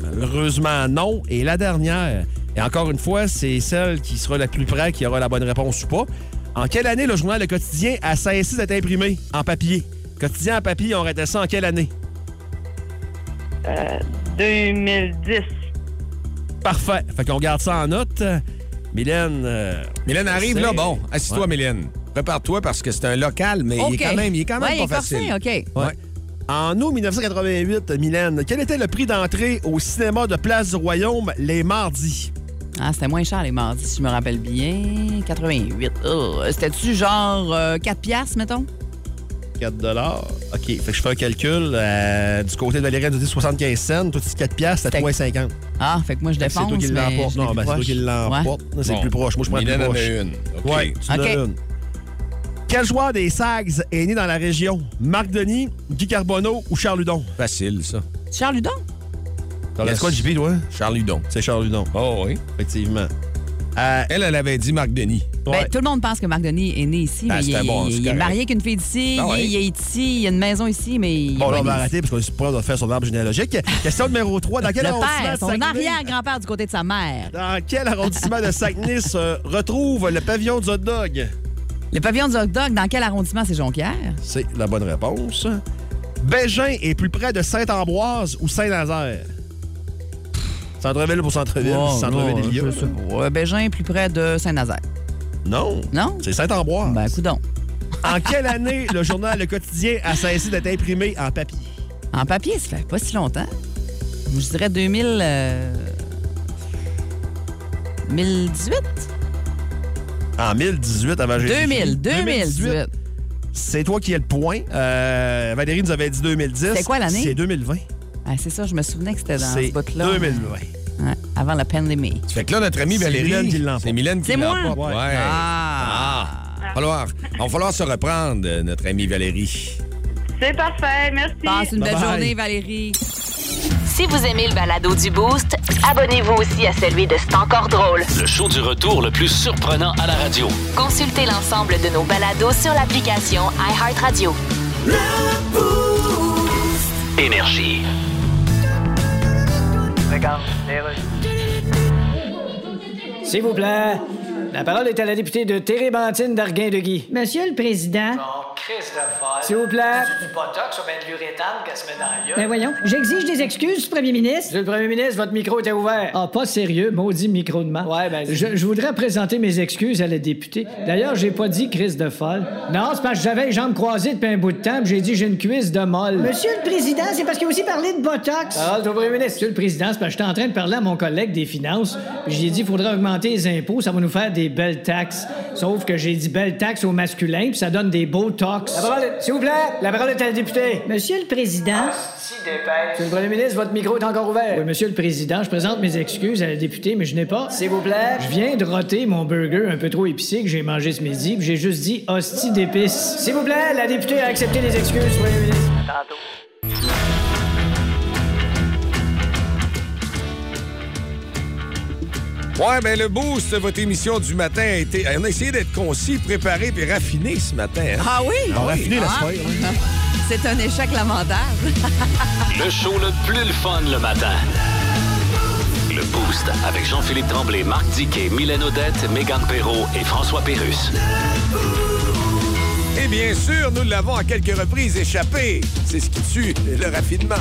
Speaker 5: Malheureusement, non. Et la dernière, et encore une fois, c'est celle qui sera la plus près qui aura la bonne réponse ou pas. En quelle année le journal Le Quotidien à Saint-Cy est imprimé en papier? Quotidien en papier, on arrêtait ça en quelle année?
Speaker 13: Euh, 2010.
Speaker 5: Parfait. Fait qu'on garde ça en note. Mylène. euh,
Speaker 3: Mylène arrive
Speaker 5: c'est-
Speaker 3: là, bon, assis-toi,
Speaker 5: Ouais.
Speaker 3: Mylène. Prépare-toi parce que c'est un local, mais il
Speaker 5: OK.
Speaker 3: est quand même, il est quand même
Speaker 5: Ouais, il est
Speaker 3: pas
Speaker 5: corsé,
Speaker 3: facile.
Speaker 5: Ouais.
Speaker 3: Ouais.
Speaker 5: En août 1988, Mylène, quel était le prix d'entrée au cinéma de Place du Royaume les mardis?
Speaker 4: Ah, c'était moins cher les mardis, si je me rappelle bien. 88. Oh, C'était-tu genre euh, 4 piastres, mettons?
Speaker 5: 4 OK, fait que je fais un calcul. euh, du côté de Valérie, nous dit 75 cents. Toi, tu dis 4 piastres, t'as 3,50.
Speaker 4: Ah, fait que moi, je
Speaker 5: Fait que C'est toi
Speaker 4: dépense,
Speaker 5: qui
Speaker 4: mais
Speaker 5: l'emporte.
Speaker 4: je l'ai
Speaker 5: Non,
Speaker 4: plus
Speaker 5: ben, c'est toi
Speaker 4: proche.
Speaker 5: qui l'emporte.
Speaker 4: Ouais.
Speaker 5: C'est le plus
Speaker 4: Bon.
Speaker 5: proche. Moi, je prends le plus
Speaker 3: Mylène en a
Speaker 5: proche.
Speaker 3: une. OK.
Speaker 5: Ouais, tu en
Speaker 4: OK.
Speaker 5: as une. Quel joueur des Sags est né dans la région? Marc Denis, Guy Carbonneau ou Charles Hudon?
Speaker 3: Facile, ça.
Speaker 4: Charles Hudon?
Speaker 5: Dans la
Speaker 3: Yes.
Speaker 5: squad JP, toi?
Speaker 3: Charles Hudon.
Speaker 5: C'est Charles Hudon.
Speaker 3: Oh oui. Euh,
Speaker 5: Effectivement.
Speaker 3: Elle, elle avait dit Marc Denis.
Speaker 4: Ben, tout le monde pense que Marc Denis est né ici,
Speaker 3: Ah,
Speaker 4: mais il,
Speaker 3: c'était
Speaker 4: est-
Speaker 3: bon,
Speaker 4: il-
Speaker 3: c'est
Speaker 4: il est
Speaker 3: correct. Ben,
Speaker 4: marié avec une fille d'ici,
Speaker 5: Ah
Speaker 4: il, est-
Speaker 5: ouais.
Speaker 4: il est ici, il a une maison ici, mais il
Speaker 5: Bon,
Speaker 4: est
Speaker 5: là, on va
Speaker 4: pas né ici.
Speaker 5: arrêter parce qu'on est pas de faire son arbre généalogique. Question numéro 3. Dans
Speaker 4: Le
Speaker 5: quel arrondissement
Speaker 4: père,
Speaker 5: de
Speaker 4: son
Speaker 5: Saguenay-
Speaker 4: arrière-grand-père du côté de sa mère.
Speaker 5: Dans quel arrondissement de Saguenay se retrouve le pavillon du hot dog?
Speaker 4: Ah. Le pavillon du hot dog, dans quel arrondissement c'est Jonquière?
Speaker 5: C'est la bonne réponse. Bégin est plus près de Saint-Ambroise ou Saint-Nazaire? Centre-ville pour centre-ville.
Speaker 4: Oh,
Speaker 5: centre-ville
Speaker 4: non,
Speaker 5: il y a.
Speaker 4: je sais pas. Ouais, Bégin, plus près de Saint-Nazaire.
Speaker 5: Non.
Speaker 4: Non?
Speaker 5: C'est Saint-Ambroise.
Speaker 4: Ben, coudon.
Speaker 5: En quelle année le journal Le Quotidien a cessé d'être imprimé en papier?
Speaker 4: En papier, ça fait pas si longtemps. Je dirais 2000. euh, 2018?
Speaker 5: En 2018, avant j'ai
Speaker 4: 2000, 2018.
Speaker 5: 2018. C'est toi qui as le point. Euh, Valérie nous avait dit 2010.
Speaker 4: C'est quoi l'année?
Speaker 5: C'est 2020.
Speaker 4: Ah, c'est ça, je me souvenais que c'était dans
Speaker 5: C'est
Speaker 4: ce bout-là.
Speaker 5: 2020.
Speaker 4: Ouais, avant la pandémie.
Speaker 3: Fait que là, notre amie
Speaker 5: C'est
Speaker 3: Valérie,
Speaker 5: Mylène qui l'emporte.
Speaker 3: c'est Mylène qui
Speaker 4: C'est moi?
Speaker 3: l'emporte. Ouais.
Speaker 4: Ah.
Speaker 3: Ah. Falloir- on va falloir se reprendre, euh, notre amie Valérie.
Speaker 13: C'est parfait, merci.
Speaker 4: Passe une
Speaker 3: Bye
Speaker 4: belle
Speaker 3: bye.
Speaker 4: journée, Valérie.
Speaker 1: Si vous aimez le balado du Boost, abonnez-vous aussi à celui de C'est encore drôle.
Speaker 2: Le show du retour le plus surprenant à la radio.
Speaker 1: Consultez l'ensemble de nos balados sur l'application iHeartRadio.
Speaker 2: Énergie.
Speaker 8: Regarde, les rues.
Speaker 9: S'il vous plaît, la parole est à la députée de Térébentine d'Arguin-de-Guy.
Speaker 14: Monsieur le Président,
Speaker 8: Crise d'affaires.
Speaker 9: S'il vous plaît.
Speaker 8: Du botox, ou bien de l'urétane qu'elle se met dans la gueule.
Speaker 14: ben voyons, j'exige des excuses du Premier ministre.
Speaker 9: Monsieur le Premier ministre, votre micro était ouvert. Ah, pas sérieux, maudit micro de main. Ouais, ben. Je, je voudrais présenter mes excuses à la députée. D'ailleurs, j'ai pas dit crise de folle. Non, c'est parce que j'avais les jambes croisées depuis un bout de temps, puis j'ai dit j'ai une cuisse de molle.
Speaker 14: Monsieur le Président, c'est parce qu'il a aussi parlé de Botox.
Speaker 8: Ah.
Speaker 9: Parole au premier ministre. Monsieur le Président, c'est parce que j'étais en train de parler à mon collègue des finances. puis J'ai dit, il faudrait augmenter les impôts, ça va nous faire des belles taxes. Sauf que j'ai dit belles taxes au masculin, puis ça donne des beaux tox.
Speaker 14: La parole est-
Speaker 9: S'il vous plaît, la parole est à la députée.
Speaker 14: Monsieur le Président,
Speaker 9: Monsieur le Premier ministre, votre micro est encore ouvert. Oui, Monsieur le Président, je présente mes excuses à la députée, mais je n'ai pas. S'il vous plaît. Je viens de roter mon burger un peu trop épicé que j'ai mangé ce midi, puis j'ai juste dit hostie d'épices. S'il vous plaît, la députée a accepté les excuses, Monsieur le Premier ministre.
Speaker 3: Ouais, ben le boost, votre émission du matin a été. On a essayé d'être concis, préparé puis raffiné ce matin. hein.
Speaker 4: Ah oui?
Speaker 3: On a raffiné la
Speaker 4: Ah.
Speaker 3: soirée. oui.
Speaker 4: C'est un échec lamentable.
Speaker 2: Le show le plus le fun le matin. Le Boost avec Jean-Philippe Tremblay, Marc Diquet, Mylène Odette, Megan Perrault et François Pérus.
Speaker 3: Et bien sûr, nous l'avons à quelques reprises échappé. C'est ce qui tue le raffinement.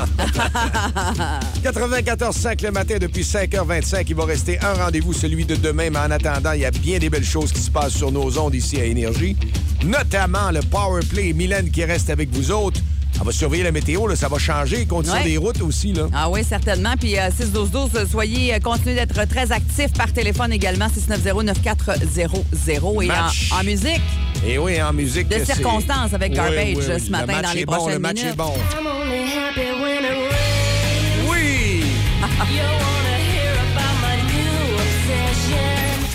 Speaker 3: 94.5 le matin depuis 5h25. Il va rester un rendez-vous, celui de demain. Mais en attendant, il y a bien des belles choses qui se passent sur nos ondes ici à Énergie. Notamment le Power Play. Mylène qui reste avec vous autres. On va surveiller la météo. là. Ça va changer. Les conditions
Speaker 4: Ouais.
Speaker 3: des routes aussi. Là.
Speaker 4: Ah oui, certainement. Puis euh, 6-12-12, euh, soyez, euh, continuez d'être très actifs par téléphone également, 690-9400. Et
Speaker 3: Match.
Speaker 4: en, en musique,
Speaker 3: Et oui, en musique.
Speaker 4: de
Speaker 3: c'est-
Speaker 4: circonstances avec
Speaker 3: Oui,
Speaker 4: Garbage
Speaker 3: oui, oui.
Speaker 4: euh, ce matin
Speaker 3: le match
Speaker 4: dans les
Speaker 3: est bon,
Speaker 4: prochaines
Speaker 3: le match
Speaker 4: minutes.
Speaker 3: est bon.
Speaker 15: I'm only happy when it
Speaker 3: Oui!
Speaker 15: You wanna hear about my new obsession? Is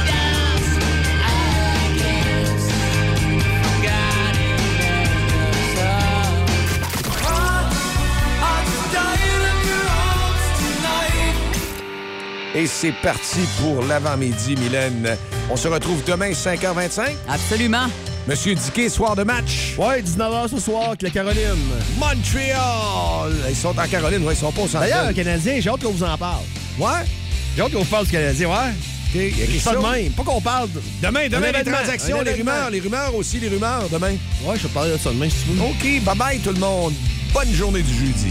Speaker 15: to dance our games. God in heaven's arms. I'd die in your arms tonight.
Speaker 3: Et c'est parti pour l'avant-midi, Mylène. On se retrouve demain, 5h25.
Speaker 4: Absolument.
Speaker 3: Monsieur Diquet, soir de match.
Speaker 5: Ouais, 19h ce soir avec la Caroline.
Speaker 3: Montréal! Ils sont en Caroline, ouais, ils sont pas au centre.
Speaker 5: D'ailleurs, le Canadien, j'ai hâte qu'on vous en parle.
Speaker 3: Ouais?
Speaker 5: J'ai hâte qu'on vous parle du Canadien, ouais?
Speaker 3: il y a
Speaker 5: Je dis
Speaker 3: quelque
Speaker 5: pas de
Speaker 3: chose.
Speaker 5: même. Pas qu'on parle. de-
Speaker 3: Demain,
Speaker 5: Un
Speaker 3: demain, les
Speaker 5: événement,
Speaker 3: transactions,
Speaker 5: un
Speaker 3: les
Speaker 5: événement.
Speaker 3: rumeurs, les rumeurs aussi, les rumeurs, demain.
Speaker 5: Ouais, je vais parler de ça demain, si tu veux.
Speaker 3: OK, bye-bye tout le monde. Bonne journée du jeudi.